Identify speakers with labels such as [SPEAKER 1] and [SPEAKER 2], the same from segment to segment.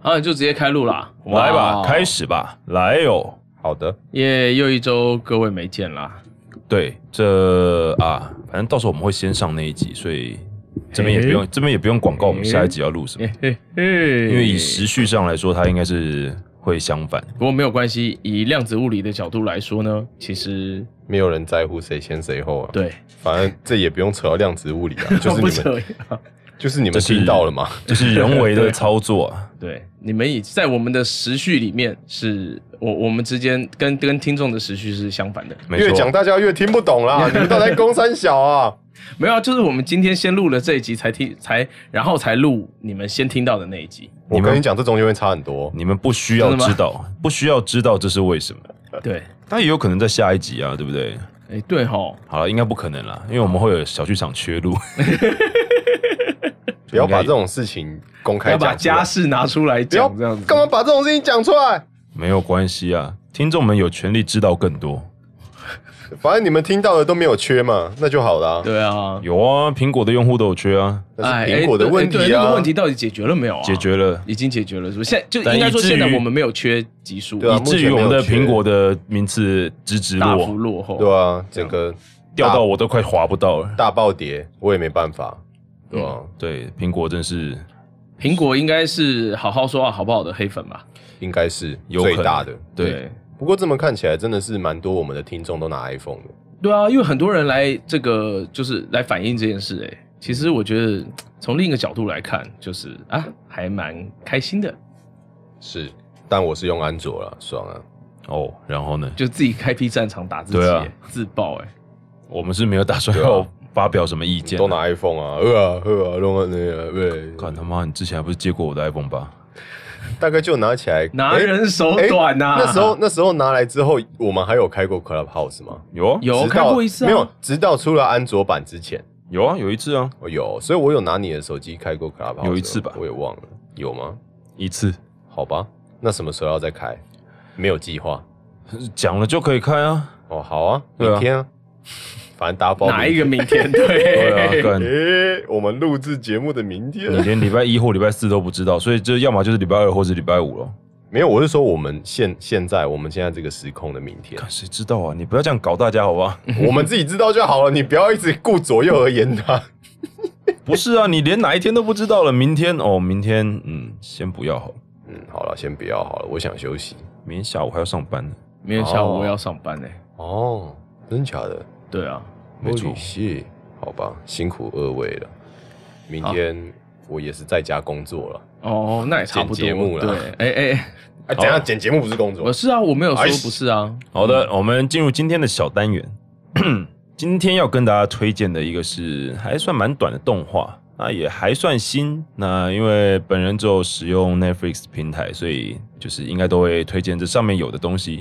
[SPEAKER 1] 好，啊你就直接开录啦。
[SPEAKER 2] 我们来吧，
[SPEAKER 1] 哇
[SPEAKER 2] 开。始吧，来哦哟、
[SPEAKER 3] 好的，
[SPEAKER 1] 耶，又一周各位没见啦。
[SPEAKER 2] 对，这啊，反正到时候我们会先上那一集，所以这边也不用，这边也不用广告，我们下一集要录什么，
[SPEAKER 1] 嘿嘿嘿
[SPEAKER 2] 因为以时序上来说，它应该是会相反。
[SPEAKER 1] 不过没有关系，以量子物理的角度来说呢，其实
[SPEAKER 3] 没有人在乎谁先谁后啊。，
[SPEAKER 1] 对，
[SPEAKER 3] 反正这也不用扯到量子 物理啊，就是
[SPEAKER 1] 不
[SPEAKER 3] 你们，
[SPEAKER 1] 扯样。
[SPEAKER 3] 就是你
[SPEAKER 2] 这
[SPEAKER 3] 们
[SPEAKER 2] 是
[SPEAKER 3] 听到了嘛。
[SPEAKER 2] 这是人为的操作 啊，
[SPEAKER 1] 对，你们已在我们的时序里面是，我我们之间跟跟听众的时序是相反的。
[SPEAKER 2] 没
[SPEAKER 3] 越讲
[SPEAKER 2] 错。
[SPEAKER 3] 大家越听不 懂啦，你们到底在攻三小啊？
[SPEAKER 1] 没有啊，就是我们今天先录了这一集才听，才然后才录你们先听到的那一集。
[SPEAKER 3] 我跟你讲，这中间会差很多。
[SPEAKER 1] 嗯
[SPEAKER 2] 你们不需要
[SPEAKER 1] 真的吗
[SPEAKER 2] 知道，不需要知道这是为什么，
[SPEAKER 1] 对，
[SPEAKER 2] 但也有可能在下一集啊，对不对？
[SPEAKER 1] 哎，对吼，
[SPEAKER 2] 好了，应该不可能啦，因为我们会有小剧场缺录。
[SPEAKER 3] 不要把这种事情公开
[SPEAKER 1] 要
[SPEAKER 3] 讲出来，
[SPEAKER 1] 把家事拿出来
[SPEAKER 3] 不要
[SPEAKER 1] 讲，这样子。
[SPEAKER 3] 干嘛把这种事情讲出来？
[SPEAKER 2] 没有关系啊，听众们有权利知道更多。
[SPEAKER 3] 反正你们听到的都没有缺嘛，那就好啦。
[SPEAKER 1] 对啊，
[SPEAKER 2] 有啊，苹果的用户都有缺啊，
[SPEAKER 3] 那是苹果的
[SPEAKER 1] 哎
[SPEAKER 3] 问
[SPEAKER 1] 对哎
[SPEAKER 3] 题
[SPEAKER 1] 对那
[SPEAKER 3] 啊
[SPEAKER 1] 个问，题到底解决了没有啊？
[SPEAKER 2] 解，决了。
[SPEAKER 1] 已经解决了，是不是？现在就
[SPEAKER 2] 但
[SPEAKER 1] 应该说，
[SPEAKER 2] 以至于
[SPEAKER 1] 现在我们没有缺集数，
[SPEAKER 3] 对啊
[SPEAKER 2] 以至于我们的苹果的名次直直
[SPEAKER 1] 大幅
[SPEAKER 2] 落，
[SPEAKER 1] 落后，
[SPEAKER 3] 对啊，整个
[SPEAKER 2] 掉到我都快划不到了。
[SPEAKER 3] 大暴跌，我也没办法，对啊吧？
[SPEAKER 1] 嗯
[SPEAKER 2] 对，苹果真是
[SPEAKER 1] 苹果应该是好好说话好不好的黑粉吧？
[SPEAKER 3] 应该是
[SPEAKER 2] 有可
[SPEAKER 3] 最
[SPEAKER 2] 能
[SPEAKER 3] 大的。
[SPEAKER 2] 对，
[SPEAKER 3] 不过这么看起来，真的是蛮多我们的听众都拿 iPhone 的。
[SPEAKER 1] 对啊，因为很多人来这个就是来反映这件事、哎，其实我觉得从另一个角度来看，就是啊，还蛮开心的，
[SPEAKER 3] 是，但我是用安卓啦，爽啊！
[SPEAKER 2] 哦。然后呢，
[SPEAKER 1] 就自己开辟战场打自己、
[SPEAKER 2] 对啊
[SPEAKER 1] 哎自爆、哎，
[SPEAKER 2] 我们是没有打算要发表什么意见
[SPEAKER 3] 都
[SPEAKER 2] 的。
[SPEAKER 3] 拿 iPhone 啊，呃啊呃啊，弄啊那个
[SPEAKER 2] 干他
[SPEAKER 3] 对，
[SPEAKER 2] 妈！你之前还不是借过我的 iPhone 吧？
[SPEAKER 3] 大概就拿起来
[SPEAKER 1] 拿人啊手
[SPEAKER 3] 诶诶
[SPEAKER 1] 短呐、
[SPEAKER 3] 那时候那时候拿来之后，我们还有开过 Clubhouse 吗？
[SPEAKER 2] 有啊，
[SPEAKER 1] 有
[SPEAKER 3] 直
[SPEAKER 1] 开
[SPEAKER 3] 到
[SPEAKER 1] 过一次、啊，
[SPEAKER 3] 没有，直到出了安卓版之前，
[SPEAKER 2] 有啊，有一次啊，
[SPEAKER 3] 我有，所以我有拿你的手机开过 Clubhouse，
[SPEAKER 2] 有一次吧
[SPEAKER 3] 我也忘了，有吗？
[SPEAKER 2] 一次
[SPEAKER 3] 好吧，那什么时候要再开？没有计划
[SPEAKER 2] 讲了就可以开啊。
[SPEAKER 3] 哦，好啊，
[SPEAKER 2] 对啊
[SPEAKER 3] 明天啊， 反正打包
[SPEAKER 1] 哪一
[SPEAKER 3] 个？
[SPEAKER 1] 个明天？ 对
[SPEAKER 2] 对啊，干
[SPEAKER 3] 诶、我们录制节目的明天啊
[SPEAKER 2] 你连礼拜一或礼拜四都不知道，所以这要么就是礼拜二或者礼拜五了。
[SPEAKER 3] 没有，我是说我们现现在我们现在这个时空的明 天，
[SPEAKER 2] 看谁知道啊？你不要这样搞大家好不 好？
[SPEAKER 1] 嗯
[SPEAKER 3] 我们自己知道就好了，你不要一直顾左右而 言他。
[SPEAKER 2] 不是啊，你连哪一天都不知道了。明天哦，明天嗯，先不要好了，
[SPEAKER 3] 嗯，好了，先不要好了，我想休息。
[SPEAKER 2] 明天下午还要上班呢。
[SPEAKER 1] 明天下午我要上班哎、
[SPEAKER 3] 哦，真假的？
[SPEAKER 1] 对啊，
[SPEAKER 2] 没错
[SPEAKER 3] 是，
[SPEAKER 1] 哦
[SPEAKER 3] 好吧，辛苦二位了。明天我也是在家工作了。
[SPEAKER 1] 哦，那也差不多。
[SPEAKER 3] 剪节目啦
[SPEAKER 1] 对，哎、哎、
[SPEAKER 3] 哎、等一下剪节目不是工作
[SPEAKER 1] 我，是啊，我没有说
[SPEAKER 3] 哎
[SPEAKER 1] 不是啊。
[SPEAKER 2] 好的，我们进入今天的小单元。 今天要跟大家推荐的一个是还算蛮短的动画，那也还算新。那因为本人只有使用 Netflix 平台，所以就是应该都会推荐这上面有的东西。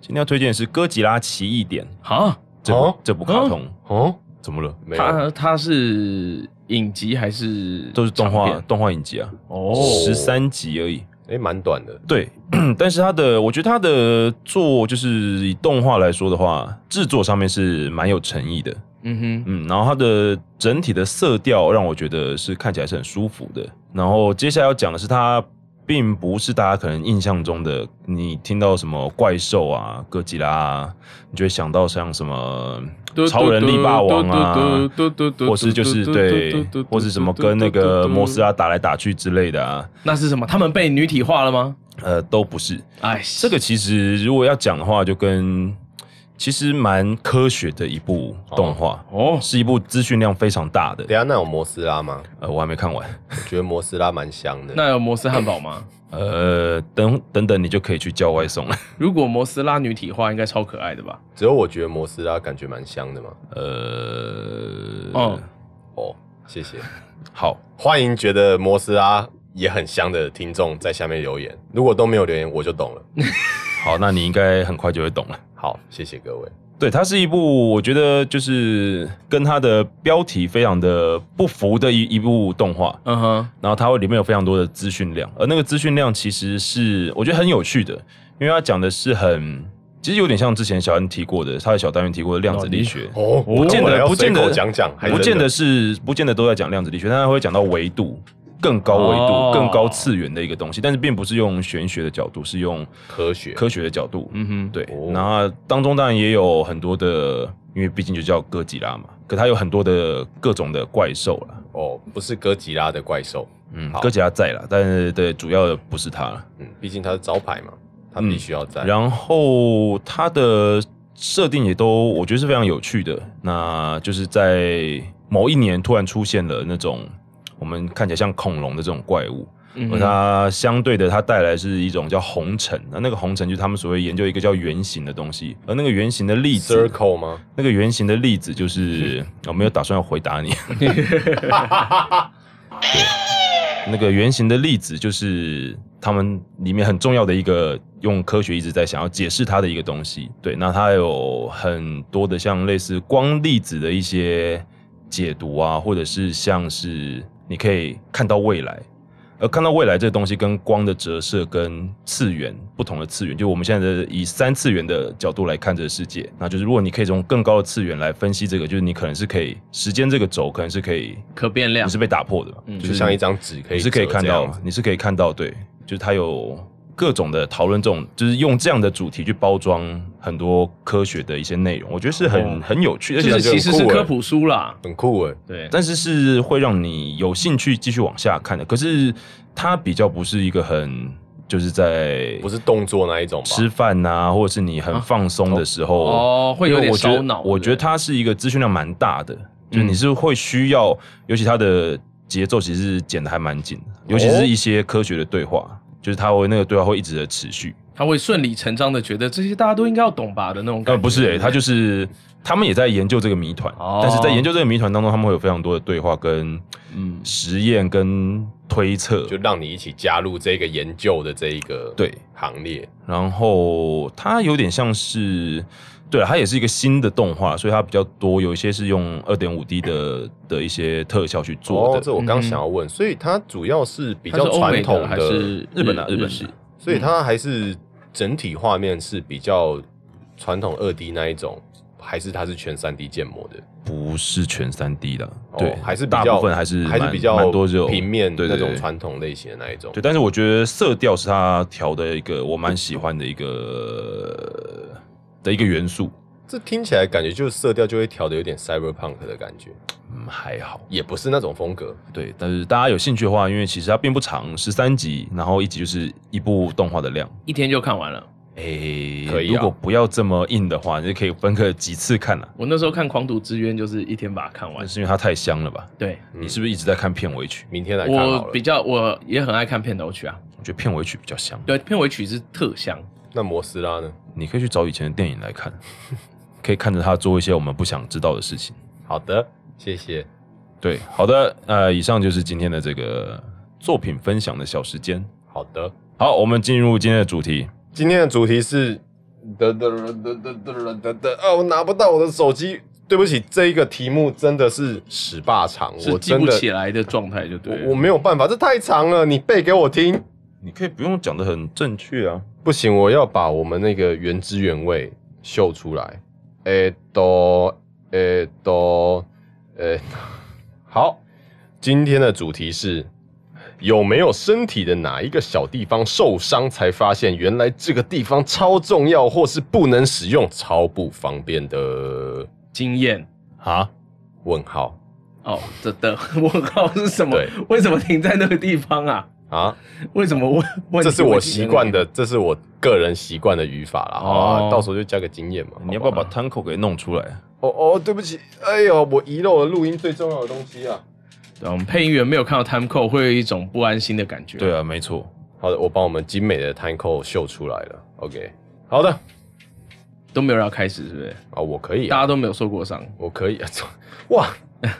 [SPEAKER 2] 今天要推荐的是《哥吉拉奇异点》
[SPEAKER 1] 啊，
[SPEAKER 2] 这部、
[SPEAKER 3] 哦
[SPEAKER 2] 这部卡通，
[SPEAKER 3] 哦，
[SPEAKER 2] 怎么了？
[SPEAKER 3] 没有，
[SPEAKER 1] 它它是影集还是
[SPEAKER 2] 都是动
[SPEAKER 1] 长
[SPEAKER 2] 画
[SPEAKER 1] 片
[SPEAKER 2] 动画影集啊，
[SPEAKER 1] 哦？
[SPEAKER 2] 十三集而已。
[SPEAKER 3] 哎，蛮短的。
[SPEAKER 2] 对， 但是它的，我觉得它的做就是以动画来说的话，制作上面是蛮有诚意的，
[SPEAKER 1] 嗯哼，
[SPEAKER 2] 嗯，然后它的整体的色调让我觉得是看起来是很舒服的。然后接下来要讲的是它。并不是大家可能印象中的，你听到什么怪兽啊、哥吉拉啊，你就会想到像什么超人力霸王啊，
[SPEAKER 1] 嘟嘟嘟嘟嘟嘟嘟
[SPEAKER 2] 或是就是
[SPEAKER 1] 嘟嘟
[SPEAKER 2] 对
[SPEAKER 1] 嘟嘟嘟，
[SPEAKER 2] 或是什么跟那
[SPEAKER 1] 嘟嘟嘟
[SPEAKER 2] 个
[SPEAKER 1] 嘟
[SPEAKER 2] 摩斯啊拉打来打去之类的啊，
[SPEAKER 1] 那是什么？他们被女体化了吗？
[SPEAKER 2] 呃，都不是。
[SPEAKER 1] 哎，
[SPEAKER 2] 这个其实如果要讲的话，就跟其实蛮科学的一部动画，
[SPEAKER 1] 哦，
[SPEAKER 2] 是一部资讯量非常大
[SPEAKER 3] 等一
[SPEAKER 2] 的。
[SPEAKER 3] 下那有摩斯拉吗？
[SPEAKER 2] 呃，我还没看完，
[SPEAKER 3] 我觉得摩斯拉蛮香的。
[SPEAKER 1] 那有摩斯汉堡吗？
[SPEAKER 2] 呃，等等等，你就可以去叫外送了。
[SPEAKER 1] 如果摩斯拉女体化，应该超可爱的吧？
[SPEAKER 3] 只有我觉得摩斯拉感觉蛮香的嘛。
[SPEAKER 2] 呃，
[SPEAKER 1] 哦，
[SPEAKER 3] 哦，谢谢。
[SPEAKER 2] 好，
[SPEAKER 3] 欢迎觉得摩斯拉也很香的听众在下面留言，如果都没有留言，我就懂了。
[SPEAKER 2] 好，那你应该很快就会懂了。
[SPEAKER 3] 好，谢谢各位。
[SPEAKER 2] 对，它是一部我觉得就是跟它的标题非常的不符的一一部动画，
[SPEAKER 1] 嗯哼，
[SPEAKER 2] 然后它会里面有非常多的资讯量，而那个资讯量其实是我觉得很有趣的，因为它讲的是很，其实有点像之前小恩提过的，他的小单元提过的量子力学，
[SPEAKER 3] 哦，
[SPEAKER 2] 不见
[SPEAKER 3] 我本
[SPEAKER 2] 得
[SPEAKER 3] 来要
[SPEAKER 2] 不见
[SPEAKER 3] 随口
[SPEAKER 2] 得
[SPEAKER 3] 讲讲，还
[SPEAKER 2] 不
[SPEAKER 3] 真
[SPEAKER 2] 见
[SPEAKER 3] 的
[SPEAKER 2] 得是不见得都在讲量子力学，但它会讲到维度，更高维度、
[SPEAKER 1] 哦
[SPEAKER 2] 更高次元的一个东西，但是并不是用玄学的角度，是用
[SPEAKER 3] 科学
[SPEAKER 2] 科学的角度。
[SPEAKER 1] 嗯哼，
[SPEAKER 2] 对，
[SPEAKER 3] 哦
[SPEAKER 2] 然后当中当然也有很多的，因为毕竟就叫哥吉拉嘛，可它有很多的各种的怪兽啦。
[SPEAKER 3] 哦，不是哥吉拉的怪兽，
[SPEAKER 2] 嗯，
[SPEAKER 3] 好
[SPEAKER 2] 哥吉拉在啦，但是对主要的不是它啦。
[SPEAKER 3] 嗯，毕竟它是招牌嘛，它必须要在。
[SPEAKER 2] 嗯然后它的设定也都我觉得是非常有趣的，那就是在某一年突然出现了那种我们看起来像恐龙的这种怪物，
[SPEAKER 1] 嗯
[SPEAKER 2] 而
[SPEAKER 1] 哼，
[SPEAKER 2] 它相对的它带来是一种叫红尘，那那个红尘就是他们所谓研究一个叫圆形的东西，而那个圆形的粒子，
[SPEAKER 3] Circle 吗？
[SPEAKER 2] 那个圆形的粒子就是我、没有打算要回答你，那个圆形的粒子就是他们里面很重要的一个，用科学一直在想要解释它的一个东西。对，那它有很多的像类似光粒子的一些解读啊，或者是像是你可以看到未来，而看到未来这个东西跟光的折射跟次元不同的次元，就我们现在的以三次元的角度来看这个世界，那就是如果你可以从更高的次元来分析这个，就是你可能是可以时间这个轴可能是可以
[SPEAKER 1] 可变量
[SPEAKER 2] 你是被打破的嘛，
[SPEAKER 1] 嗯
[SPEAKER 2] 就
[SPEAKER 3] 就是像一张纸可以
[SPEAKER 2] 你是可以
[SPEAKER 3] 折
[SPEAKER 2] 看
[SPEAKER 3] 这
[SPEAKER 2] 到
[SPEAKER 3] 样子，
[SPEAKER 2] 你是可以看到，对，就是它有各种的讨论，这种就是用这样的主题去包装很多科学的一些内容，我觉得是很、
[SPEAKER 1] 哦
[SPEAKER 2] 很有趣，而且
[SPEAKER 1] 就是
[SPEAKER 3] 就很
[SPEAKER 1] 其实
[SPEAKER 3] 酷
[SPEAKER 1] 是
[SPEAKER 3] 欸
[SPEAKER 1] 科普书啦，
[SPEAKER 3] 很酷欸诶。
[SPEAKER 1] 对，
[SPEAKER 2] 但是是会让你有兴趣继续往下看的。可是它比较不是一个很就是在
[SPEAKER 3] 不是动作那一种吧？
[SPEAKER 2] 吃饭啊，或者是你很放松的时候，
[SPEAKER 1] 哦，会有
[SPEAKER 2] 因为
[SPEAKER 1] 点
[SPEAKER 2] 我觉
[SPEAKER 1] 烧
[SPEAKER 2] 得
[SPEAKER 1] 脑，
[SPEAKER 2] 我觉得
[SPEAKER 1] 对嗯
[SPEAKER 2] 它是一个资讯量蛮大的，就是你是会需要，尤其它的节奏其实是剪的还蛮紧的，
[SPEAKER 1] 哦
[SPEAKER 2] 尤其是一些科学的对话，就是它会那个对话会一直的持续。
[SPEAKER 1] 不对他会顺理成章的觉得这些大家都应该要懂吧的那种感
[SPEAKER 2] 呃，
[SPEAKER 1] 觉，
[SPEAKER 2] 不是诶、
[SPEAKER 1] 对对
[SPEAKER 2] 他就是他们也在研究这个谜团，
[SPEAKER 1] 哦
[SPEAKER 2] 但是在研究这个谜团当中，他们会有非常多的对话跟
[SPEAKER 1] 嗯
[SPEAKER 2] 实验跟推测，
[SPEAKER 3] 就让你一起加入这个研究的这一个
[SPEAKER 2] 对
[SPEAKER 3] 行列。
[SPEAKER 2] 然后它有点像是，对了，它也是一个新的动画，所以它比较多，有一些是用二点五 D 的的一些特效去做的。
[SPEAKER 3] 哦，这我刚
[SPEAKER 1] 嗯哼
[SPEAKER 3] 想要问，所以它主要是比
[SPEAKER 1] 它是
[SPEAKER 3] 较
[SPEAKER 1] 欧美的
[SPEAKER 3] 传统
[SPEAKER 1] 还是啊
[SPEAKER 2] 日
[SPEAKER 3] 啊
[SPEAKER 2] 本的日本的
[SPEAKER 1] 式
[SPEAKER 3] 所
[SPEAKER 2] 嗯
[SPEAKER 3] 以它还是整体画面是比较传统二 D 那一种，还是它是全三 D 建模的？
[SPEAKER 2] 不是全三 D 的，
[SPEAKER 3] 哦
[SPEAKER 2] 对，
[SPEAKER 3] 还是比
[SPEAKER 2] 大
[SPEAKER 3] 较
[SPEAKER 2] 部分还是
[SPEAKER 3] 还是
[SPEAKER 2] 蛮
[SPEAKER 3] 比较
[SPEAKER 2] 蛮多就
[SPEAKER 3] 平面
[SPEAKER 2] 对
[SPEAKER 3] 那
[SPEAKER 2] 对
[SPEAKER 3] 种
[SPEAKER 2] 对
[SPEAKER 3] 传统类型的那一种
[SPEAKER 2] 对，。但是我觉得色调是它调的一个我蛮喜欢的一个的一个元素，
[SPEAKER 3] 这听起来感觉就是色调就会调的有点 cyberpunk 的感觉，
[SPEAKER 2] 嗯，还好。
[SPEAKER 3] 也不是那种风格。
[SPEAKER 2] 对，但是大家有兴趣的话，因为其实它并不长，十三集，然后一集就是一部动画的量。
[SPEAKER 1] 一天就看完了。
[SPEAKER 2] 诶、
[SPEAKER 3] 可以啊
[SPEAKER 2] 如果不要这么硬的话，你就可以分个几次看了、
[SPEAKER 1] 我那时候看《狂赌之渊》就是一天把它看完
[SPEAKER 2] 但。是因为它太香了吧？
[SPEAKER 1] 对，
[SPEAKER 3] 嗯
[SPEAKER 2] 你是不是一直在看片尾曲？
[SPEAKER 3] 明天来看好
[SPEAKER 1] 我
[SPEAKER 3] 了
[SPEAKER 1] 比。较我也很爱看片头曲啊，
[SPEAKER 2] 我觉得片尾曲比较香，
[SPEAKER 1] 对，片尾曲是特香。
[SPEAKER 3] 那摩斯拉呢？
[SPEAKER 2] 你可以去找以前的电影来看， 可以看着它做一些我们不想知道的事情。
[SPEAKER 3] 好的，谢谢。
[SPEAKER 2] 对，好的，呃，以上就是今天的这个作品分享的小时间。
[SPEAKER 3] 好的，
[SPEAKER 2] 好，我们进入今天的主题。
[SPEAKER 3] 今天的主题是得得得得得得得得啊！我拿不到我的手机，对不起，这一个题目真的是屎霸场，
[SPEAKER 1] 是
[SPEAKER 3] 我
[SPEAKER 1] 记
[SPEAKER 3] 真
[SPEAKER 1] 不
[SPEAKER 3] 的
[SPEAKER 1] 起来的状态，就对了
[SPEAKER 3] 我我没有办法，这太长了，你背给我听。
[SPEAKER 2] 你可以不用讲的很正确啊。
[SPEAKER 3] 不行，我要把我们那个原汁原味秀出来。诶，都，诶，都，诶，呃好，今天的主题是有没有身体的哪一个小地方受伤，才发现原来这个地方超重要，或是不能使用、超不方便的？
[SPEAKER 1] 经验
[SPEAKER 2] 啊，
[SPEAKER 3] 问号
[SPEAKER 1] 哦，这 的问号是什么
[SPEAKER 3] 对？
[SPEAKER 1] 为什么停在那个地方啊？
[SPEAKER 3] 啊，
[SPEAKER 1] 为什么问？问题
[SPEAKER 3] 这是我
[SPEAKER 1] 会停在
[SPEAKER 3] 习
[SPEAKER 1] 那
[SPEAKER 3] 惯
[SPEAKER 1] 里
[SPEAKER 3] 的，这是我个人习惯的语法啦。好啊
[SPEAKER 1] 哦
[SPEAKER 3] 到时候就加个经验嘛。
[SPEAKER 2] 你要
[SPEAKER 3] 好吧
[SPEAKER 2] 不要把 Tanko 给弄出来？
[SPEAKER 3] 哦哦，对不起，哎呦，我遗漏了录音最重要的东西啊。
[SPEAKER 1] 对我们配音员没有看到 time code 会有一种不安心的感觉。
[SPEAKER 2] 对啊，没错。
[SPEAKER 3] 好的，我把我们精美的 time code 秀出来了。OK，好的
[SPEAKER 1] 都没有要开始，是不是？
[SPEAKER 3] 啊，我可以
[SPEAKER 1] 大
[SPEAKER 3] 啊，
[SPEAKER 1] 家都没有受过伤，
[SPEAKER 3] 我可以啊，哇，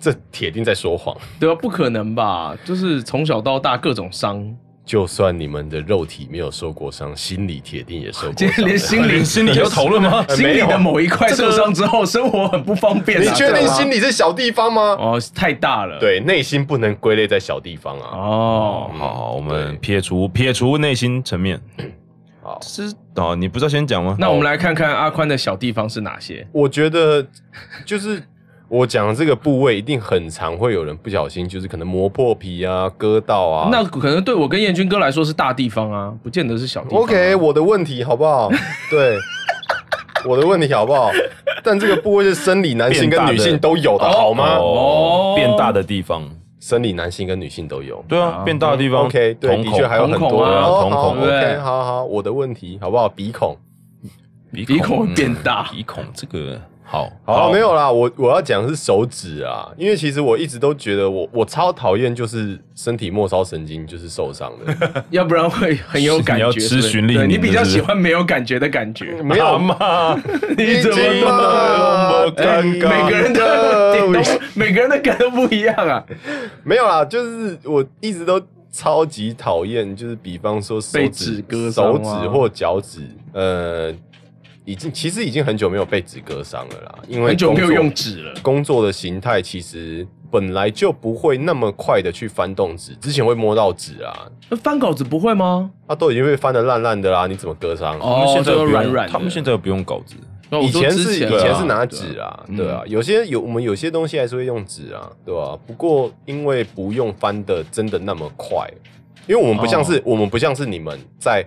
[SPEAKER 3] 这铁定在说谎。
[SPEAKER 1] 对啊，不可能吧？就是从小到大各种伤，
[SPEAKER 3] 就算你们的肉体没有受过伤，心理铁定也受过
[SPEAKER 1] 今天
[SPEAKER 3] 伤。
[SPEAKER 1] 连心理呃
[SPEAKER 2] 心理要讨论吗？
[SPEAKER 3] 哎
[SPEAKER 1] 心
[SPEAKER 3] 没
[SPEAKER 1] 理
[SPEAKER 3] 有
[SPEAKER 1] 的某一块受伤之后，生活很不方便
[SPEAKER 3] 你
[SPEAKER 1] 啊。
[SPEAKER 3] 确
[SPEAKER 1] 对
[SPEAKER 3] 定
[SPEAKER 1] 吗
[SPEAKER 3] 心理是小地方吗？
[SPEAKER 1] 哦，太大了。
[SPEAKER 3] 对，内心不能归类在小地方啊。
[SPEAKER 1] 哦，
[SPEAKER 2] 好，我们撇除撇除内心层面，
[SPEAKER 3] 好，
[SPEAKER 2] 是哦，你不是要先讲吗？
[SPEAKER 1] 那我们来看看阿宽的小地方是哪些。
[SPEAKER 3] 我觉得就是我讲的这个部位一定很常会有人不小心，就是可能磨破皮啊、割到啊。
[SPEAKER 1] 那可能对我跟燕军哥来说是大地方啊，不见得是小地方啊、
[SPEAKER 3] OK，我的问题好不好？对， 我的问题好不好？但这个部位是生理男性
[SPEAKER 2] 变大
[SPEAKER 3] 跟
[SPEAKER 2] 的
[SPEAKER 3] 女性都有的，好吗？
[SPEAKER 1] 哦
[SPEAKER 2] 变大的地方，
[SPEAKER 3] 生理男性跟女性都有。
[SPEAKER 2] 对啊，
[SPEAKER 1] 啊
[SPEAKER 2] 变大的地方
[SPEAKER 3] 嗯 OK，对，
[SPEAKER 2] 瞳
[SPEAKER 3] 的
[SPEAKER 2] 孔
[SPEAKER 3] 确还有很
[SPEAKER 1] 瞳
[SPEAKER 3] 多
[SPEAKER 1] 孔啊
[SPEAKER 3] 人哦
[SPEAKER 2] 瞳孔
[SPEAKER 3] 好
[SPEAKER 1] 对不对
[SPEAKER 3] ，OK，好好，我的问题好不好？鼻孔，
[SPEAKER 1] 鼻孔会变大
[SPEAKER 2] 嗯鼻孔这个好，
[SPEAKER 3] 好，没有啦，我我要讲的是手指啊，因为其实我一直都觉得我我超讨厌就是身体末梢神经就是受伤的，
[SPEAKER 1] 要不然会很有感
[SPEAKER 2] 你
[SPEAKER 1] 觉。
[SPEAKER 2] 要
[SPEAKER 1] 是不
[SPEAKER 2] 吃
[SPEAKER 1] 是
[SPEAKER 2] 循例
[SPEAKER 1] 对
[SPEAKER 2] 你
[SPEAKER 1] 你比较
[SPEAKER 2] 是不是
[SPEAKER 1] 喜欢没有感觉的感觉。
[SPEAKER 3] 没有
[SPEAKER 2] 嘛，
[SPEAKER 1] 你怎么
[SPEAKER 3] 已经
[SPEAKER 1] 那
[SPEAKER 3] 嘛
[SPEAKER 1] 么哎
[SPEAKER 3] 尴尬
[SPEAKER 1] 每个人的点都， 每个人的感都不一样啊。
[SPEAKER 3] 没有啦，就是我一直都超级讨厌，就是比方说手
[SPEAKER 1] 被
[SPEAKER 3] 指
[SPEAKER 1] 指割伤
[SPEAKER 3] 手
[SPEAKER 1] 啊
[SPEAKER 3] 指或脚趾，呃，已经其实已经很久没有被指割伤了啦，因为
[SPEAKER 1] 很久没有
[SPEAKER 3] 工作
[SPEAKER 1] 用纸了。
[SPEAKER 3] 工作的形态其实本来就不会那么快的去翻动纸，之前会摸到纸啊，
[SPEAKER 1] 那翻稿子不会吗？
[SPEAKER 3] 它都已经被翻的烂烂的啦，你怎么割伤？
[SPEAKER 1] 哦
[SPEAKER 2] 在不用
[SPEAKER 1] 就软软的
[SPEAKER 2] 他们现在不用稿子，
[SPEAKER 1] 那
[SPEAKER 3] 以
[SPEAKER 1] 我说
[SPEAKER 3] 前
[SPEAKER 1] 之
[SPEAKER 3] 是以
[SPEAKER 1] 啊
[SPEAKER 3] 前是
[SPEAKER 1] 对啊
[SPEAKER 3] 拿纸啊，
[SPEAKER 1] 嗯
[SPEAKER 3] 对啊，有些有我们有些东西还是会用纸啊，对吧、不过因为不用翻的真的那么快，因为我们不像
[SPEAKER 1] 哦
[SPEAKER 3] 是、我们不像是你们在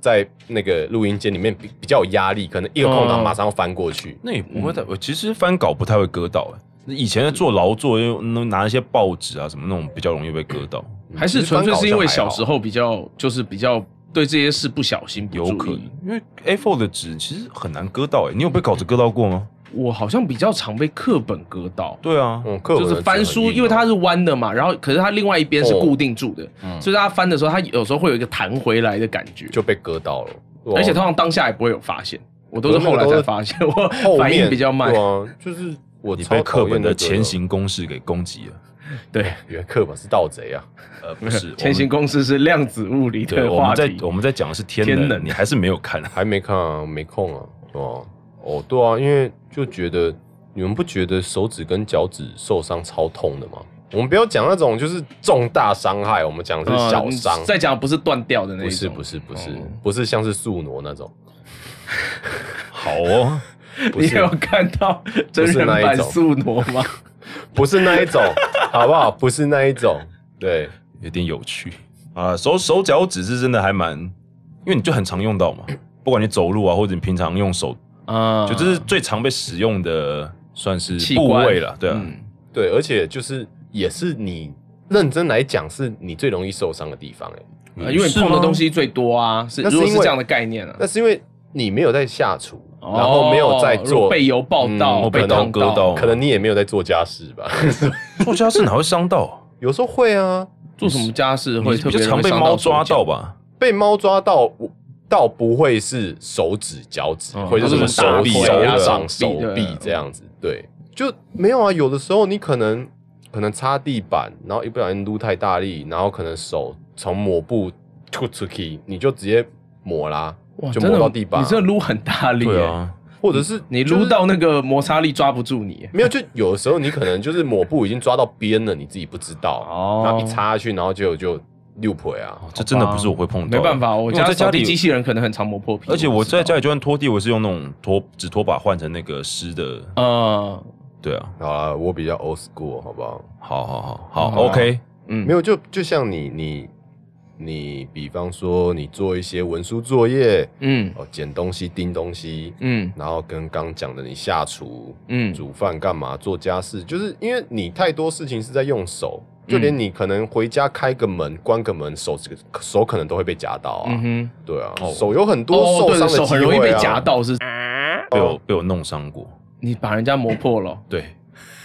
[SPEAKER 3] 在那个录音间里面比比较有压力，可能一个空档
[SPEAKER 1] 哦
[SPEAKER 3] 马上要翻过去。
[SPEAKER 2] 那也不会太。我其实翻稿不太会割到，欸以前在做劳作，又拿一些报纸啊什么那种，比较容易被割到。
[SPEAKER 3] 嗯
[SPEAKER 1] 还是纯粹是因为小时
[SPEAKER 3] 候
[SPEAKER 1] 候比较就是比较对这些事不小心不注意
[SPEAKER 2] 有可能，因为 A4 的纸其实很难割到诶、欸你有被稿子割到过吗？
[SPEAKER 1] 我好像比较常被课本割到。
[SPEAKER 2] 对啊，
[SPEAKER 3] 嗯，课文
[SPEAKER 1] 就是
[SPEAKER 3] 的
[SPEAKER 1] 翻
[SPEAKER 3] 纸很
[SPEAKER 1] 书，
[SPEAKER 3] 硬
[SPEAKER 1] 因为
[SPEAKER 3] 哦
[SPEAKER 1] 它是弯的嘛，然后可是它另外一边是
[SPEAKER 3] 哦
[SPEAKER 1] 固定住的，所以它翻的时候，它有时候会有一个弹回来的感觉，
[SPEAKER 3] 就被割到了，对啊
[SPEAKER 1] 而且通常当下也不会有发现，我都是
[SPEAKER 3] 可是
[SPEAKER 1] 后
[SPEAKER 3] 那个
[SPEAKER 1] 来
[SPEAKER 3] 都
[SPEAKER 1] 才
[SPEAKER 3] 是
[SPEAKER 1] 发现，我
[SPEAKER 3] 后
[SPEAKER 1] 反应
[SPEAKER 3] 面
[SPEAKER 1] 比较慢
[SPEAKER 3] 对。啊，就是我
[SPEAKER 2] 你
[SPEAKER 3] 超
[SPEAKER 2] 被课
[SPEAKER 3] 讨厌
[SPEAKER 2] 本的
[SPEAKER 3] 这个
[SPEAKER 2] 前，行公式给攻击了。
[SPEAKER 1] 对，
[SPEAKER 3] 原来课本是盗贼啊，
[SPEAKER 2] 呃，不是，
[SPEAKER 1] 前行
[SPEAKER 2] 公
[SPEAKER 1] 公司是量子物理
[SPEAKER 2] 对，
[SPEAKER 1] 的
[SPEAKER 2] 我
[SPEAKER 1] 话
[SPEAKER 2] 们在
[SPEAKER 1] 题，
[SPEAKER 2] 我们在讲的是天
[SPEAKER 1] 天
[SPEAKER 2] 冷，
[SPEAKER 1] 冷
[SPEAKER 2] 你还是没有看啊。
[SPEAKER 3] 还没看啊，没空啊，对啊，哦，对啊，因为就觉得你们不觉得手指跟脚趾受伤超痛的吗？我们不要讲那种就是重大伤害，我们讲的是
[SPEAKER 1] 呃
[SPEAKER 3] 小伤，
[SPEAKER 1] 再讲不是断掉的那
[SPEAKER 3] 不
[SPEAKER 1] 一
[SPEAKER 3] 是
[SPEAKER 1] 种，
[SPEAKER 3] 不是不是
[SPEAKER 1] 哦
[SPEAKER 3] 不是像是宿挪那 种，
[SPEAKER 2] 好哦，
[SPEAKER 3] 不
[SPEAKER 1] 你
[SPEAKER 3] 是
[SPEAKER 1] 有看到真
[SPEAKER 3] 不是
[SPEAKER 1] 人
[SPEAKER 3] 那一
[SPEAKER 1] 版
[SPEAKER 3] 种
[SPEAKER 1] 速挪吗？
[SPEAKER 3] 不是那一种， 好不好？不是那一种，对，
[SPEAKER 2] 有点有趣啊。手手脚趾是真的还蛮，因为你就很常用到嘛，
[SPEAKER 1] 嗯
[SPEAKER 2] 不管你走路啊，或者你平常用手，
[SPEAKER 1] 啊，
[SPEAKER 2] 就这是最常被使用的算是
[SPEAKER 1] 器
[SPEAKER 2] 部
[SPEAKER 1] 官
[SPEAKER 2] 位了，对啊。
[SPEAKER 1] 嗯
[SPEAKER 3] 对，而且就是也是你认真来讲，是你最容易受伤的地方、欸，
[SPEAKER 1] 呃因为你碰的东西最多啊，是
[SPEAKER 3] 那是
[SPEAKER 1] 如果是
[SPEAKER 3] 因为
[SPEAKER 1] 这样的概念啊，
[SPEAKER 3] 那是因为你没有在下厨，
[SPEAKER 1] 哦
[SPEAKER 3] 然后没有在
[SPEAKER 1] 如
[SPEAKER 3] 做
[SPEAKER 1] 果被油爆
[SPEAKER 3] 嗯
[SPEAKER 1] 到，
[SPEAKER 2] 我被
[SPEAKER 1] 烫
[SPEAKER 2] 刀割到
[SPEAKER 3] 可能你也没有在做家事吧？
[SPEAKER 1] 哦
[SPEAKER 2] 做家事哪会伤到？
[SPEAKER 3] 有时候会啊，
[SPEAKER 1] 做什么家事会
[SPEAKER 2] 你
[SPEAKER 1] 特
[SPEAKER 2] 比
[SPEAKER 1] 别
[SPEAKER 2] 较常被
[SPEAKER 1] 容易
[SPEAKER 2] 猫
[SPEAKER 1] 伤
[SPEAKER 2] 抓
[SPEAKER 1] 手
[SPEAKER 2] 到
[SPEAKER 1] 脚？
[SPEAKER 2] 吧？
[SPEAKER 3] 被猫抓到，我倒不会是手指、脚趾，
[SPEAKER 1] 嗯
[SPEAKER 3] 会是什么手臂、
[SPEAKER 2] 都是什么
[SPEAKER 3] 手
[SPEAKER 2] 大腿啊
[SPEAKER 3] 掌、
[SPEAKER 1] 手
[SPEAKER 3] 手
[SPEAKER 1] 臂
[SPEAKER 3] 臂
[SPEAKER 1] 对
[SPEAKER 3] 这样子。对，就没有啊。有的时候你可能可能擦地板，然后一不小心撸太大力，然后可能手从抹布吐出去，你就直接抹啦，
[SPEAKER 1] 哇，
[SPEAKER 3] 就
[SPEAKER 1] 真
[SPEAKER 3] 抹
[SPEAKER 1] 的，
[SPEAKER 3] 到地板
[SPEAKER 1] 你
[SPEAKER 3] 啊，
[SPEAKER 1] 这撸很大力，
[SPEAKER 2] 对
[SPEAKER 1] 欸，
[SPEAKER 2] 啊，
[SPEAKER 3] 或者是
[SPEAKER 1] 你
[SPEAKER 3] 就是
[SPEAKER 1] 撸到那个摩擦力抓不住你，
[SPEAKER 3] 没有，就有的时候你可能就是抹布已经抓到边了，你自己不知道，
[SPEAKER 1] 哦
[SPEAKER 3] 然后一插下去，然后就就六腿啊，
[SPEAKER 2] 这真的不是我会碰到，
[SPEAKER 1] 没办法，我
[SPEAKER 2] 因为
[SPEAKER 1] 家
[SPEAKER 2] 在家
[SPEAKER 1] 扫地
[SPEAKER 2] 里
[SPEAKER 1] 机器人可能很常磨破皮，
[SPEAKER 2] 而且我在家
[SPEAKER 1] 里，
[SPEAKER 2] 里就算拖地，我是用那种拖纸拖把换成那个湿的。
[SPEAKER 1] 呃，
[SPEAKER 2] 对啊，
[SPEAKER 3] 好啦，我比较 old school，好不好？
[SPEAKER 2] 好好好好、
[SPEAKER 1] 好啊
[SPEAKER 2] o k
[SPEAKER 1] 嗯，
[SPEAKER 3] 没有，就就像你你你，比方说你做一些文书作业，
[SPEAKER 1] 嗯
[SPEAKER 3] 哦，捡东西、钉东西，
[SPEAKER 1] 嗯
[SPEAKER 3] 然后跟刚讲的你下厨、
[SPEAKER 1] 嗯，
[SPEAKER 3] 煮饭干嘛、做家事，就是因为你太多事情是在用手，
[SPEAKER 1] 嗯
[SPEAKER 3] 就连你可能回家开个门、关个门，手指手可能都会被夹到啊。
[SPEAKER 1] 嗯哼，
[SPEAKER 3] 对啊，
[SPEAKER 2] 哦
[SPEAKER 3] 手有很多
[SPEAKER 1] 哦，
[SPEAKER 3] 受
[SPEAKER 1] 对
[SPEAKER 3] 伤的、
[SPEAKER 1] 了，
[SPEAKER 3] 机
[SPEAKER 1] 手很容易被
[SPEAKER 3] 会啊
[SPEAKER 1] 夹到，是
[SPEAKER 2] 被我、被我弄伤过。
[SPEAKER 1] 你把人家磨破了。
[SPEAKER 2] 对，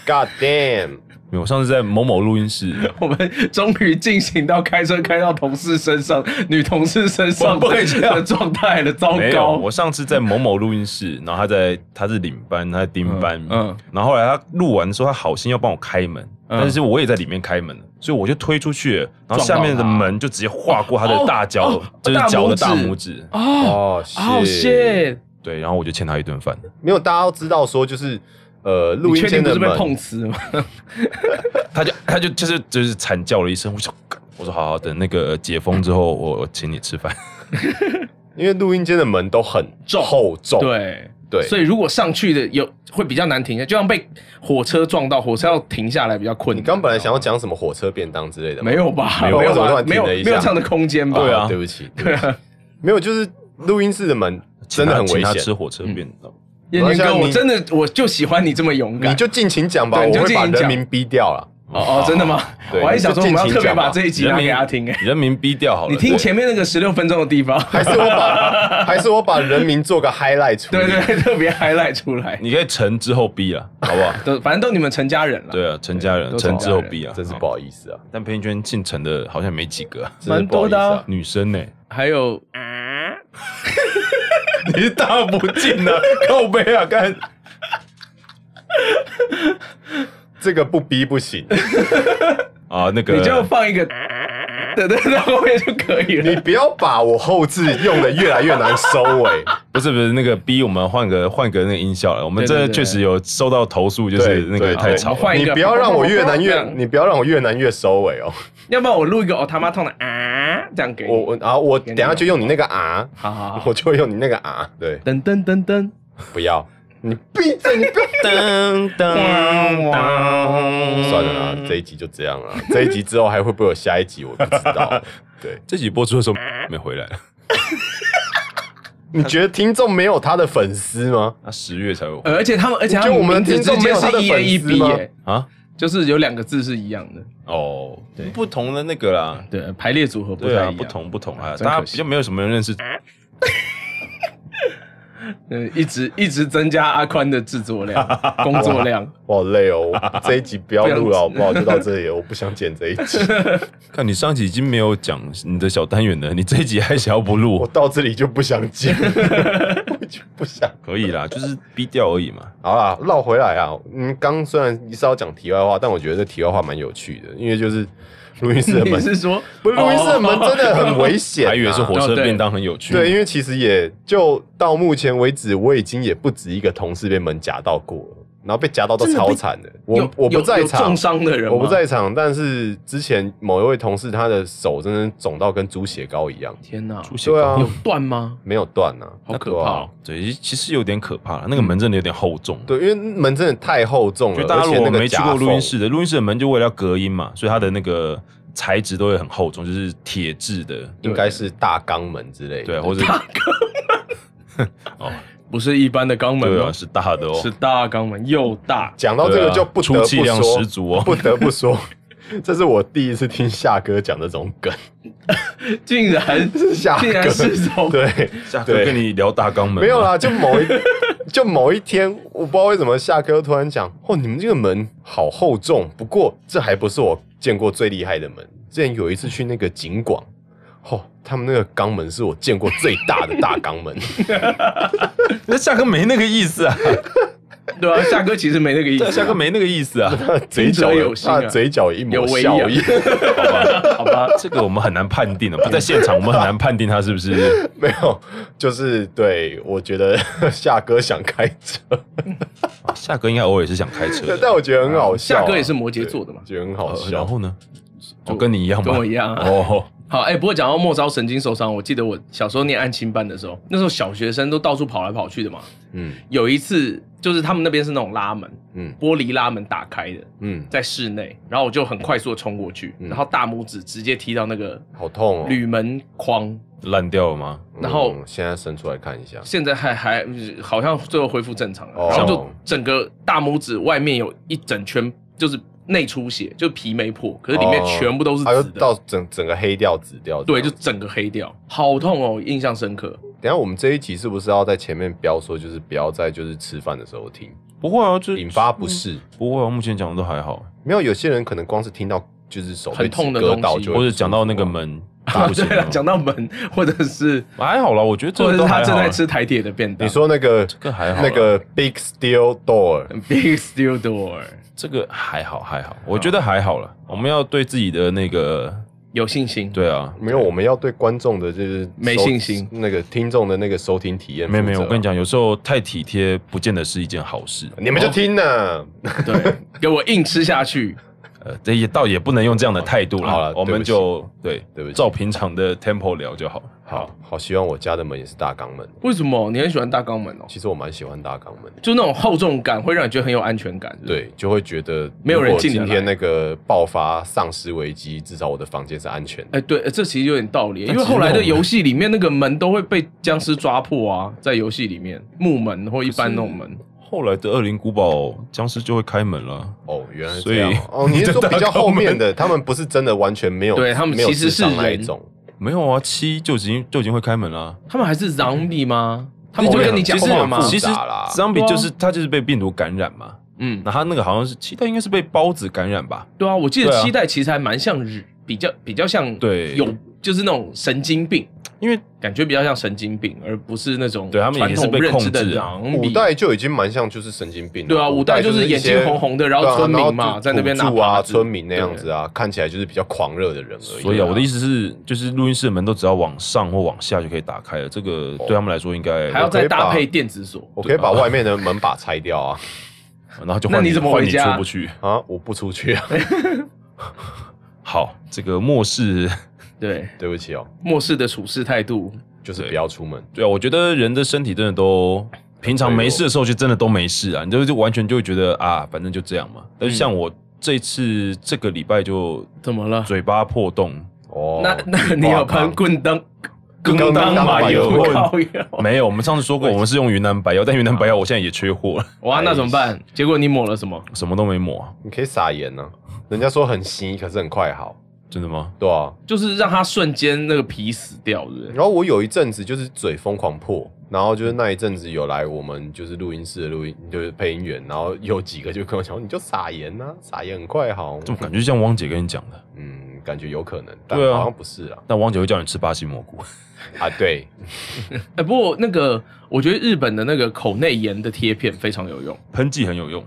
[SPEAKER 3] God damn！
[SPEAKER 2] 没有我上次在某某录音室，
[SPEAKER 1] 我们终于进行到开车开到同事身上，女同事身上
[SPEAKER 2] 不会这样
[SPEAKER 1] 的状态了，糟
[SPEAKER 2] 没有，
[SPEAKER 1] 糕！
[SPEAKER 2] 我上次在某某录音室， 然后他在他是领班，他在盯班，
[SPEAKER 1] 嗯
[SPEAKER 2] 嗯
[SPEAKER 1] 嗯，
[SPEAKER 2] 然后后来他录完的时候，他好心要帮我开门，
[SPEAKER 1] 嗯
[SPEAKER 2] 但是我也在里面开门了，所以我就推出去了，然后下面
[SPEAKER 1] 撞
[SPEAKER 2] 的
[SPEAKER 1] 到他
[SPEAKER 2] 门就直接划过他的大脚，
[SPEAKER 1] 哦哦
[SPEAKER 2] 就是脚的大
[SPEAKER 1] 大
[SPEAKER 2] 拇
[SPEAKER 1] 拇
[SPEAKER 2] 指，
[SPEAKER 1] 啊，
[SPEAKER 3] 哦，
[SPEAKER 1] 好
[SPEAKER 3] 谢。
[SPEAKER 1] shit！
[SPEAKER 2] 对，然后我就欠他一顿饭。
[SPEAKER 3] 没有，大家都知道说就是呃，录
[SPEAKER 1] 你
[SPEAKER 3] 音
[SPEAKER 1] 确
[SPEAKER 3] 间
[SPEAKER 1] 定不是
[SPEAKER 3] 的
[SPEAKER 1] 被
[SPEAKER 3] 门
[SPEAKER 1] 碰瓷吗？
[SPEAKER 2] 他就他就就是就是惨叫了一声，我说干我说好好等那个解封之后，我我请你吃饭。
[SPEAKER 3] 因为录音间的门都很
[SPEAKER 1] 重
[SPEAKER 3] 厚重，，
[SPEAKER 1] 对，
[SPEAKER 3] 对，
[SPEAKER 1] 所以如果上去的有会比较难停下，就像被火车撞到，火车要停下来比较困
[SPEAKER 3] 你
[SPEAKER 1] 难。
[SPEAKER 3] 刚本来想要讲什么火车便当之类的吗？
[SPEAKER 1] 没有吧？
[SPEAKER 3] 没有
[SPEAKER 1] 没有
[SPEAKER 3] 我怎么突然
[SPEAKER 1] 没有
[SPEAKER 3] 停了一下
[SPEAKER 1] 没有这样的空间吧？
[SPEAKER 2] 对啊
[SPEAKER 3] 对不起，
[SPEAKER 1] 对啊，
[SPEAKER 3] 没有，就是录音室的门
[SPEAKER 2] 请
[SPEAKER 3] 真
[SPEAKER 2] 他
[SPEAKER 3] 的很危
[SPEAKER 2] 请他吃
[SPEAKER 3] 险，
[SPEAKER 2] 火车便
[SPEAKER 1] 嗯
[SPEAKER 2] 当。
[SPEAKER 1] 燕燕哥，
[SPEAKER 3] 像你
[SPEAKER 1] 我真的我就喜欢你这么勇敢。
[SPEAKER 3] 你就尽情讲吧，
[SPEAKER 1] 对
[SPEAKER 3] 我
[SPEAKER 1] 你就
[SPEAKER 3] 会把
[SPEAKER 1] 尽情讲
[SPEAKER 3] 人民逼掉了。
[SPEAKER 1] 哦哦，真的吗？
[SPEAKER 3] 对
[SPEAKER 1] 我还想说我们要特别把
[SPEAKER 3] 就尽情讲吧
[SPEAKER 1] 这一集
[SPEAKER 2] 人
[SPEAKER 1] 拿
[SPEAKER 2] 民
[SPEAKER 1] 给他听哎。
[SPEAKER 2] 人民逼掉好了。
[SPEAKER 1] 你听
[SPEAKER 2] 对
[SPEAKER 1] 前面那个十六分钟的地方，
[SPEAKER 3] 还是我 把还是我把人民做个 highlight 出来。
[SPEAKER 1] 对对， 特别 highlight 出来。
[SPEAKER 2] 你可以成之后逼啊，好不好？
[SPEAKER 1] 都反正都你们成家人了，
[SPEAKER 2] 对啊，成家人
[SPEAKER 1] 都
[SPEAKER 2] 成
[SPEAKER 1] 成
[SPEAKER 2] 之后逼啊，
[SPEAKER 3] 真是不好意思啊，
[SPEAKER 2] 但配音圈姓陈的好像也没几个啊、
[SPEAKER 3] 真是不好
[SPEAKER 1] 蛮多
[SPEAKER 3] 意思
[SPEAKER 1] 的
[SPEAKER 3] 啊
[SPEAKER 1] 啊。
[SPEAKER 2] 女生呢、
[SPEAKER 1] 还有
[SPEAKER 2] 你是大不 敬的、靠背啊，干
[SPEAKER 3] 这个不逼不行，
[SPEAKER 2] 啊那个
[SPEAKER 1] 你就放一个，对对对，后面就可以
[SPEAKER 3] 你
[SPEAKER 1] 了。
[SPEAKER 3] 不要把我后置用的越来越难收尾。
[SPEAKER 2] 不是不是那个逼我们换个换个那个音效了，我们
[SPEAKER 1] 对
[SPEAKER 2] 真
[SPEAKER 1] 对
[SPEAKER 2] 的
[SPEAKER 1] 对
[SPEAKER 2] 确实有收到投诉，就是
[SPEAKER 3] 对
[SPEAKER 2] 那个
[SPEAKER 3] 对
[SPEAKER 2] 太吵
[SPEAKER 1] 我们换
[SPEAKER 2] 了。
[SPEAKER 1] 一
[SPEAKER 3] 你
[SPEAKER 1] 个
[SPEAKER 3] 不要让我越难
[SPEAKER 1] 这
[SPEAKER 3] 越，
[SPEAKER 1] 样
[SPEAKER 3] 你不要让我越难越收尾哦。
[SPEAKER 1] 要不然我录一个哦他妈痛的啊，这样给
[SPEAKER 3] 我
[SPEAKER 1] 我。
[SPEAKER 3] 我啊，我
[SPEAKER 1] 给
[SPEAKER 3] 等
[SPEAKER 1] 你
[SPEAKER 3] 一下就用你那个啊，
[SPEAKER 1] 好好好，
[SPEAKER 3] 我就用你那个啊，对，
[SPEAKER 1] 噔噔噔噔，
[SPEAKER 3] 不要，你闭嘴，你不要。
[SPEAKER 2] 噔噔
[SPEAKER 1] 呃
[SPEAKER 2] 噔
[SPEAKER 3] 算了啦，这一集就这样了。这一集之后还会不会有下一集，我不知道。对，
[SPEAKER 2] 这集播出的时候没回来，
[SPEAKER 3] 你觉得听众没有他的粉丝吗？
[SPEAKER 2] 他十月才有
[SPEAKER 1] 呃而且他们而且他
[SPEAKER 3] 就我
[SPEAKER 1] 们
[SPEAKER 3] 们
[SPEAKER 1] 名字
[SPEAKER 3] 听众
[SPEAKER 1] 之
[SPEAKER 3] 没
[SPEAKER 1] 间
[SPEAKER 3] 有他的
[SPEAKER 1] 是一 A 一
[SPEAKER 3] 粉丝
[SPEAKER 1] B
[SPEAKER 3] 吗
[SPEAKER 1] 耶，
[SPEAKER 2] 啊
[SPEAKER 1] 就是有两个字是一样的，
[SPEAKER 2] 哦，不同的那个啦，
[SPEAKER 1] 对，排列组合不
[SPEAKER 2] 对
[SPEAKER 1] 太
[SPEAKER 2] 啊，
[SPEAKER 1] 一
[SPEAKER 2] 不
[SPEAKER 1] 样。
[SPEAKER 2] 同不同啊，
[SPEAKER 1] 真可惜
[SPEAKER 2] 大家比较没有什么人认识，
[SPEAKER 1] 嗯，一直一直增加阿宽的制作 量、工作量。
[SPEAKER 3] 我好累哦，我这一集不要录了好不好？就到这里了，我不想剪这一集，
[SPEAKER 2] 看你上集已经没有讲你的小单元了，你这一集还想要不
[SPEAKER 3] 我
[SPEAKER 2] 录？
[SPEAKER 3] 到这里就不想剪， 我就不想。
[SPEAKER 2] 可以啦，就是逼掉而已嘛。
[SPEAKER 3] 好啦，绕回来啊，嗯，刚虽然是要讲题外话，但我觉得这题外话蛮有趣的，因为就是录音室的
[SPEAKER 1] 你
[SPEAKER 3] 门，
[SPEAKER 1] 是说哦
[SPEAKER 3] 不是录音室的门真的很危险、啊，
[SPEAKER 2] 还以为是火车便当很有趣，
[SPEAKER 3] 对，因为其实也就到目前为止，我已经也不止一个同事被门夹到过了，然后被夹到都超惨的。
[SPEAKER 1] 有
[SPEAKER 3] 我我不
[SPEAKER 1] 有
[SPEAKER 3] 在
[SPEAKER 1] 有
[SPEAKER 3] 场
[SPEAKER 1] 重，伤的人，
[SPEAKER 3] 我不。在场，但是之前某一位同事他的手真的肿到跟猪血糕一样，
[SPEAKER 1] 天哪，
[SPEAKER 2] 出血
[SPEAKER 3] 对
[SPEAKER 2] 高
[SPEAKER 3] 啊
[SPEAKER 1] 有，断吗？
[SPEAKER 3] 没有断啊，
[SPEAKER 1] 好可怕哦！
[SPEAKER 2] 对，其实有点可怕了，那个门真的有点厚重。
[SPEAKER 3] 嗯对啊。对，因为门真的太厚重
[SPEAKER 2] 就
[SPEAKER 3] 了，
[SPEAKER 2] 大家
[SPEAKER 3] 而
[SPEAKER 2] 如
[SPEAKER 3] 且
[SPEAKER 2] 果
[SPEAKER 3] 那个
[SPEAKER 2] 没去
[SPEAKER 3] 夹
[SPEAKER 2] 过录音
[SPEAKER 3] 缝
[SPEAKER 2] 室的，录音室的门就为了要隔音嘛，所以它的那个材质都会很厚重，就是铁质的，
[SPEAKER 3] 应该是大肛门之类的，
[SPEAKER 2] 对，啊或者
[SPEAKER 1] 不是一般的肛门
[SPEAKER 2] 对啊
[SPEAKER 1] 吗？
[SPEAKER 2] 是大的哦，
[SPEAKER 1] 是大肛门，又大。
[SPEAKER 3] 讲到这
[SPEAKER 2] 对
[SPEAKER 3] 个
[SPEAKER 2] 啊
[SPEAKER 3] 就不得
[SPEAKER 2] 出
[SPEAKER 3] 不
[SPEAKER 2] 气量
[SPEAKER 3] 说，
[SPEAKER 2] 十足哦
[SPEAKER 3] 不得不说，这是我第一次听夏哥讲这种梗，
[SPEAKER 1] 竟然
[SPEAKER 3] 是夏
[SPEAKER 1] 竟然
[SPEAKER 3] 哥
[SPEAKER 1] 是
[SPEAKER 2] 哦
[SPEAKER 1] 从
[SPEAKER 3] 对，
[SPEAKER 2] 下课跟你聊大肛门吗
[SPEAKER 3] 没有，啦，就某 一就某一天，我不知道为什么下课突然讲，哦，你们这个门好厚重，不过这还不是我见过最厉害的门。之前有一次去那个景广，哦，他们那个肛门是我见过最大的大肛门，
[SPEAKER 2] 那下课没那个意思啊，
[SPEAKER 1] 对啊，夏哥其实没那个意
[SPEAKER 2] 对啊
[SPEAKER 1] 思，
[SPEAKER 2] 下课没那个意 思啊，
[SPEAKER 3] 嘴角
[SPEAKER 1] 平仄有心啊
[SPEAKER 3] 他的嘴角有一
[SPEAKER 1] 有
[SPEAKER 3] 抹
[SPEAKER 1] 微
[SPEAKER 3] 笑意
[SPEAKER 1] 痒，，好吧，好吧，
[SPEAKER 2] 这个我们很难判定的，啊不在现场我们很难判定他是不是
[SPEAKER 3] 没有，就是对我觉得 夏哥想开车，
[SPEAKER 2] 哦下课应该偶尔是想开车
[SPEAKER 3] 但啊
[SPEAKER 2] 的，
[SPEAKER 3] 我觉得很好笑啊、
[SPEAKER 1] 夏哥也是摩羯座的嘛
[SPEAKER 3] 对觉得很好
[SPEAKER 2] 呃
[SPEAKER 3] 笑。
[SPEAKER 2] 然后呢，
[SPEAKER 1] 就
[SPEAKER 2] 我跟你一样吗？
[SPEAKER 1] 跟我一样啊。
[SPEAKER 2] 哦，
[SPEAKER 1] 好，哎、不过讲到末梢神经受伤，我记得我小时候念安亲班的时候，那时候小学生都到处跑来跑去的嘛。
[SPEAKER 3] 嗯
[SPEAKER 1] 有一次，就是他们那边是那种拉门，
[SPEAKER 3] 嗯
[SPEAKER 1] 玻璃拉门打开的，
[SPEAKER 3] 嗯，
[SPEAKER 1] 在室内，然后我就很快速的冲过去，
[SPEAKER 3] 嗯
[SPEAKER 1] 然后大拇指直接踢到那个
[SPEAKER 3] 好痛哦。
[SPEAKER 1] 铝门框，
[SPEAKER 2] 烂掉了吗？
[SPEAKER 1] 然后
[SPEAKER 3] 嗯现在伸出来看一下，
[SPEAKER 1] 现在还还好像最后恢复正常了，
[SPEAKER 3] 哦
[SPEAKER 1] 然后就整个大拇指外面有一整圈就是内出血，就皮没破，可是里面
[SPEAKER 3] 哦
[SPEAKER 1] 全部都是
[SPEAKER 3] 它就
[SPEAKER 1] 紫的，
[SPEAKER 3] 到整整个黑掉、紫掉这
[SPEAKER 1] 对，
[SPEAKER 3] 样。
[SPEAKER 1] 就整个黑掉，好痛哦，印象深刻。
[SPEAKER 3] 等一下我们这一集是不是要在前面标说，就是不要在就是吃饭的时候听，
[SPEAKER 2] 不会啊，
[SPEAKER 1] 嗯
[SPEAKER 2] 就
[SPEAKER 3] 引发不适？
[SPEAKER 2] 不会啊，目前讲的都还好，
[SPEAKER 3] 没有，有些人可能光是听到就是手被
[SPEAKER 1] 很痛的
[SPEAKER 3] 割到
[SPEAKER 1] 东西
[SPEAKER 3] 就会
[SPEAKER 2] 或者讲到那个
[SPEAKER 3] 不舒服啊，
[SPEAKER 2] 门打不 行
[SPEAKER 1] 对了，讲到门，或者是
[SPEAKER 2] 还好啦，我觉得这
[SPEAKER 1] 或
[SPEAKER 2] 个
[SPEAKER 1] 者
[SPEAKER 2] 都
[SPEAKER 1] 是
[SPEAKER 2] 还
[SPEAKER 1] 他
[SPEAKER 2] 好
[SPEAKER 1] 正
[SPEAKER 2] 啊
[SPEAKER 1] 在吃台铁的便当，
[SPEAKER 3] 你说那个
[SPEAKER 2] 这个
[SPEAKER 1] 啊
[SPEAKER 2] 还好啦，
[SPEAKER 3] 那个 Big Steel Door，
[SPEAKER 1] Big Steel Door
[SPEAKER 2] 这个还好还好，我觉得还好了。我们要对自己的那个，
[SPEAKER 1] 有信心，
[SPEAKER 2] 对啊，
[SPEAKER 3] 没有，我们要对观众的就是
[SPEAKER 1] 没
[SPEAKER 3] 收
[SPEAKER 1] 信心
[SPEAKER 3] 那个听众的那个收听体验。
[SPEAKER 2] 没有没有，我跟你
[SPEAKER 3] 讲，
[SPEAKER 2] 讲，有时候太体贴不见得是一件好事。
[SPEAKER 3] 你们就听呐，
[SPEAKER 1] 对，给我硬吃下去，
[SPEAKER 2] 呃，这也倒也不能用这样的态度了。
[SPEAKER 3] 好了
[SPEAKER 2] 我们就对
[SPEAKER 3] 对不起
[SPEAKER 2] 照平常的 tempo 聊就好了。
[SPEAKER 3] 好好希望我家的门也是大钢门。
[SPEAKER 1] 为什么你很喜欢大肛门哦？
[SPEAKER 3] 其实我蛮喜欢大钢门的，
[SPEAKER 1] 就那种厚重感会让你觉得很有安全感。是不是，
[SPEAKER 3] 对，就会觉得
[SPEAKER 1] 嗯没有人
[SPEAKER 3] 如果
[SPEAKER 1] 进得啊
[SPEAKER 3] 今
[SPEAKER 1] 来
[SPEAKER 3] 天那个爆发丧尸危机，至少我的房间是安全的。
[SPEAKER 1] 哎，对，哎这其实有点道理，因
[SPEAKER 2] 其
[SPEAKER 1] 为
[SPEAKER 2] 实
[SPEAKER 1] 后来
[SPEAKER 2] 那
[SPEAKER 1] 的
[SPEAKER 2] 种
[SPEAKER 1] 游戏里面那个门都会被僵尸抓破啊，在游戏里面木门或一般那种门，
[SPEAKER 2] 后来的恶灵古堡僵尸就会开门了。
[SPEAKER 3] 哦，原来是
[SPEAKER 2] 所以
[SPEAKER 3] 这样哦。哦你是说 比较后面的，他们不是真的完全没有，
[SPEAKER 1] 对他们
[SPEAKER 3] 没有
[SPEAKER 1] 其实
[SPEAKER 3] 智商
[SPEAKER 1] 是
[SPEAKER 3] 那一
[SPEAKER 1] 人
[SPEAKER 3] 种。
[SPEAKER 2] 没有啊，七就已经就已经会开门了。
[SPEAKER 1] 他们还是 zombie 吗？他们
[SPEAKER 3] 后
[SPEAKER 1] 会
[SPEAKER 3] 面
[SPEAKER 1] 跟你讲
[SPEAKER 3] 很后面
[SPEAKER 1] 话
[SPEAKER 3] 很
[SPEAKER 1] 吗？
[SPEAKER 3] 复杂
[SPEAKER 2] 其实
[SPEAKER 3] 啦
[SPEAKER 2] zombie
[SPEAKER 1] 对啊
[SPEAKER 2] 就是他就是被病毒感染嘛，
[SPEAKER 1] 嗯
[SPEAKER 2] 那，他那个好像是七代应该是被孢子感染吧？
[SPEAKER 1] 对啊，我记得
[SPEAKER 2] 对啊
[SPEAKER 1] 七代其实还蛮像日，比较比较像
[SPEAKER 2] 对
[SPEAKER 1] 有就是那种神经病，
[SPEAKER 2] 因为
[SPEAKER 1] 感觉比较像神经病，而不是那种
[SPEAKER 2] 对他们也
[SPEAKER 1] 传
[SPEAKER 2] 是
[SPEAKER 1] 统
[SPEAKER 2] 被
[SPEAKER 1] 认知
[SPEAKER 2] 控
[SPEAKER 1] 的
[SPEAKER 2] 制啊
[SPEAKER 1] 狼
[SPEAKER 3] 五
[SPEAKER 1] 比。
[SPEAKER 3] 代就已经蛮像就是神经病了。
[SPEAKER 1] 对啊
[SPEAKER 3] 五
[SPEAKER 1] 五代就
[SPEAKER 3] 就是是一
[SPEAKER 1] 眼睛
[SPEAKER 3] 些
[SPEAKER 1] 红红的然后
[SPEAKER 3] 对啊
[SPEAKER 1] 村民
[SPEAKER 3] 然后
[SPEAKER 1] 嘛
[SPEAKER 3] 土
[SPEAKER 1] 在那边拿
[SPEAKER 3] 土著啊，
[SPEAKER 1] 耙子
[SPEAKER 3] 村民那样子啊，看起来就是比较狂热的人而已啊。
[SPEAKER 2] 所以啊，我的意思是，就是录音室的门都只要往上或往下就可以打开了，这个对他们来说应该
[SPEAKER 1] 哦还要
[SPEAKER 3] 我可
[SPEAKER 1] 再
[SPEAKER 3] 以把
[SPEAKER 1] 搭配电子锁，
[SPEAKER 3] 我可以把外面的门把拆掉啊
[SPEAKER 2] 然后就
[SPEAKER 1] 那
[SPEAKER 2] 换
[SPEAKER 1] 你怎么
[SPEAKER 2] 换
[SPEAKER 1] 回
[SPEAKER 2] 你
[SPEAKER 1] 家
[SPEAKER 2] 出不去？
[SPEAKER 3] 啊！我不出去 啊，
[SPEAKER 2] 好，这个末世，
[SPEAKER 1] 对，
[SPEAKER 3] 对不起哦，
[SPEAKER 1] 末世的处事态度，
[SPEAKER 3] 就是不要出门。
[SPEAKER 2] 对啊，我觉得人的身体真的都平
[SPEAKER 1] 哎
[SPEAKER 2] 常没事的时候就真的都没事啊，你就就完全就会觉得啊，反正就这样嘛。但是像我这次这个礼拜就
[SPEAKER 1] 嗯怎么了？
[SPEAKER 2] 嘴巴破洞，
[SPEAKER 3] 哦，
[SPEAKER 1] 那那你有喷棍灯？
[SPEAKER 2] 跟
[SPEAKER 3] 当
[SPEAKER 1] 麻
[SPEAKER 3] 麻
[SPEAKER 1] 油
[SPEAKER 3] 油
[SPEAKER 1] 膏药
[SPEAKER 2] 没有，我们上次说过我们是用云南白药，但云南
[SPEAKER 1] 啊
[SPEAKER 2] 白药我现在也缺货了，
[SPEAKER 1] 哇，那怎么办？结果你抹了什么？
[SPEAKER 2] 什么都没抹啊，
[SPEAKER 3] 你可以撒盐呢、啊。人家说很稀，可是很快好，
[SPEAKER 2] 真的吗？
[SPEAKER 3] 对啊。
[SPEAKER 1] 就是让它瞬间那个皮死掉，对不对？
[SPEAKER 3] 然后我有一阵子就是嘴疯狂破，然后就是那一阵子有来我们就是录音室的录音，就是配音员，然后有几个就跟我讲，你就撒盐呐、啊，撒盐很快好。
[SPEAKER 2] 怎么感觉像汪姐跟你讲的？
[SPEAKER 3] 嗯，感觉有可能，但
[SPEAKER 2] 对啊
[SPEAKER 3] 好像不是啦。
[SPEAKER 2] 但汪姐会叫你吃巴西蘑菇，
[SPEAKER 3] 啊， 对，
[SPEAKER 1] 哎、不过那个我觉得日本的那个口内炎的贴片非常有用。
[SPEAKER 2] 喷剂很有用。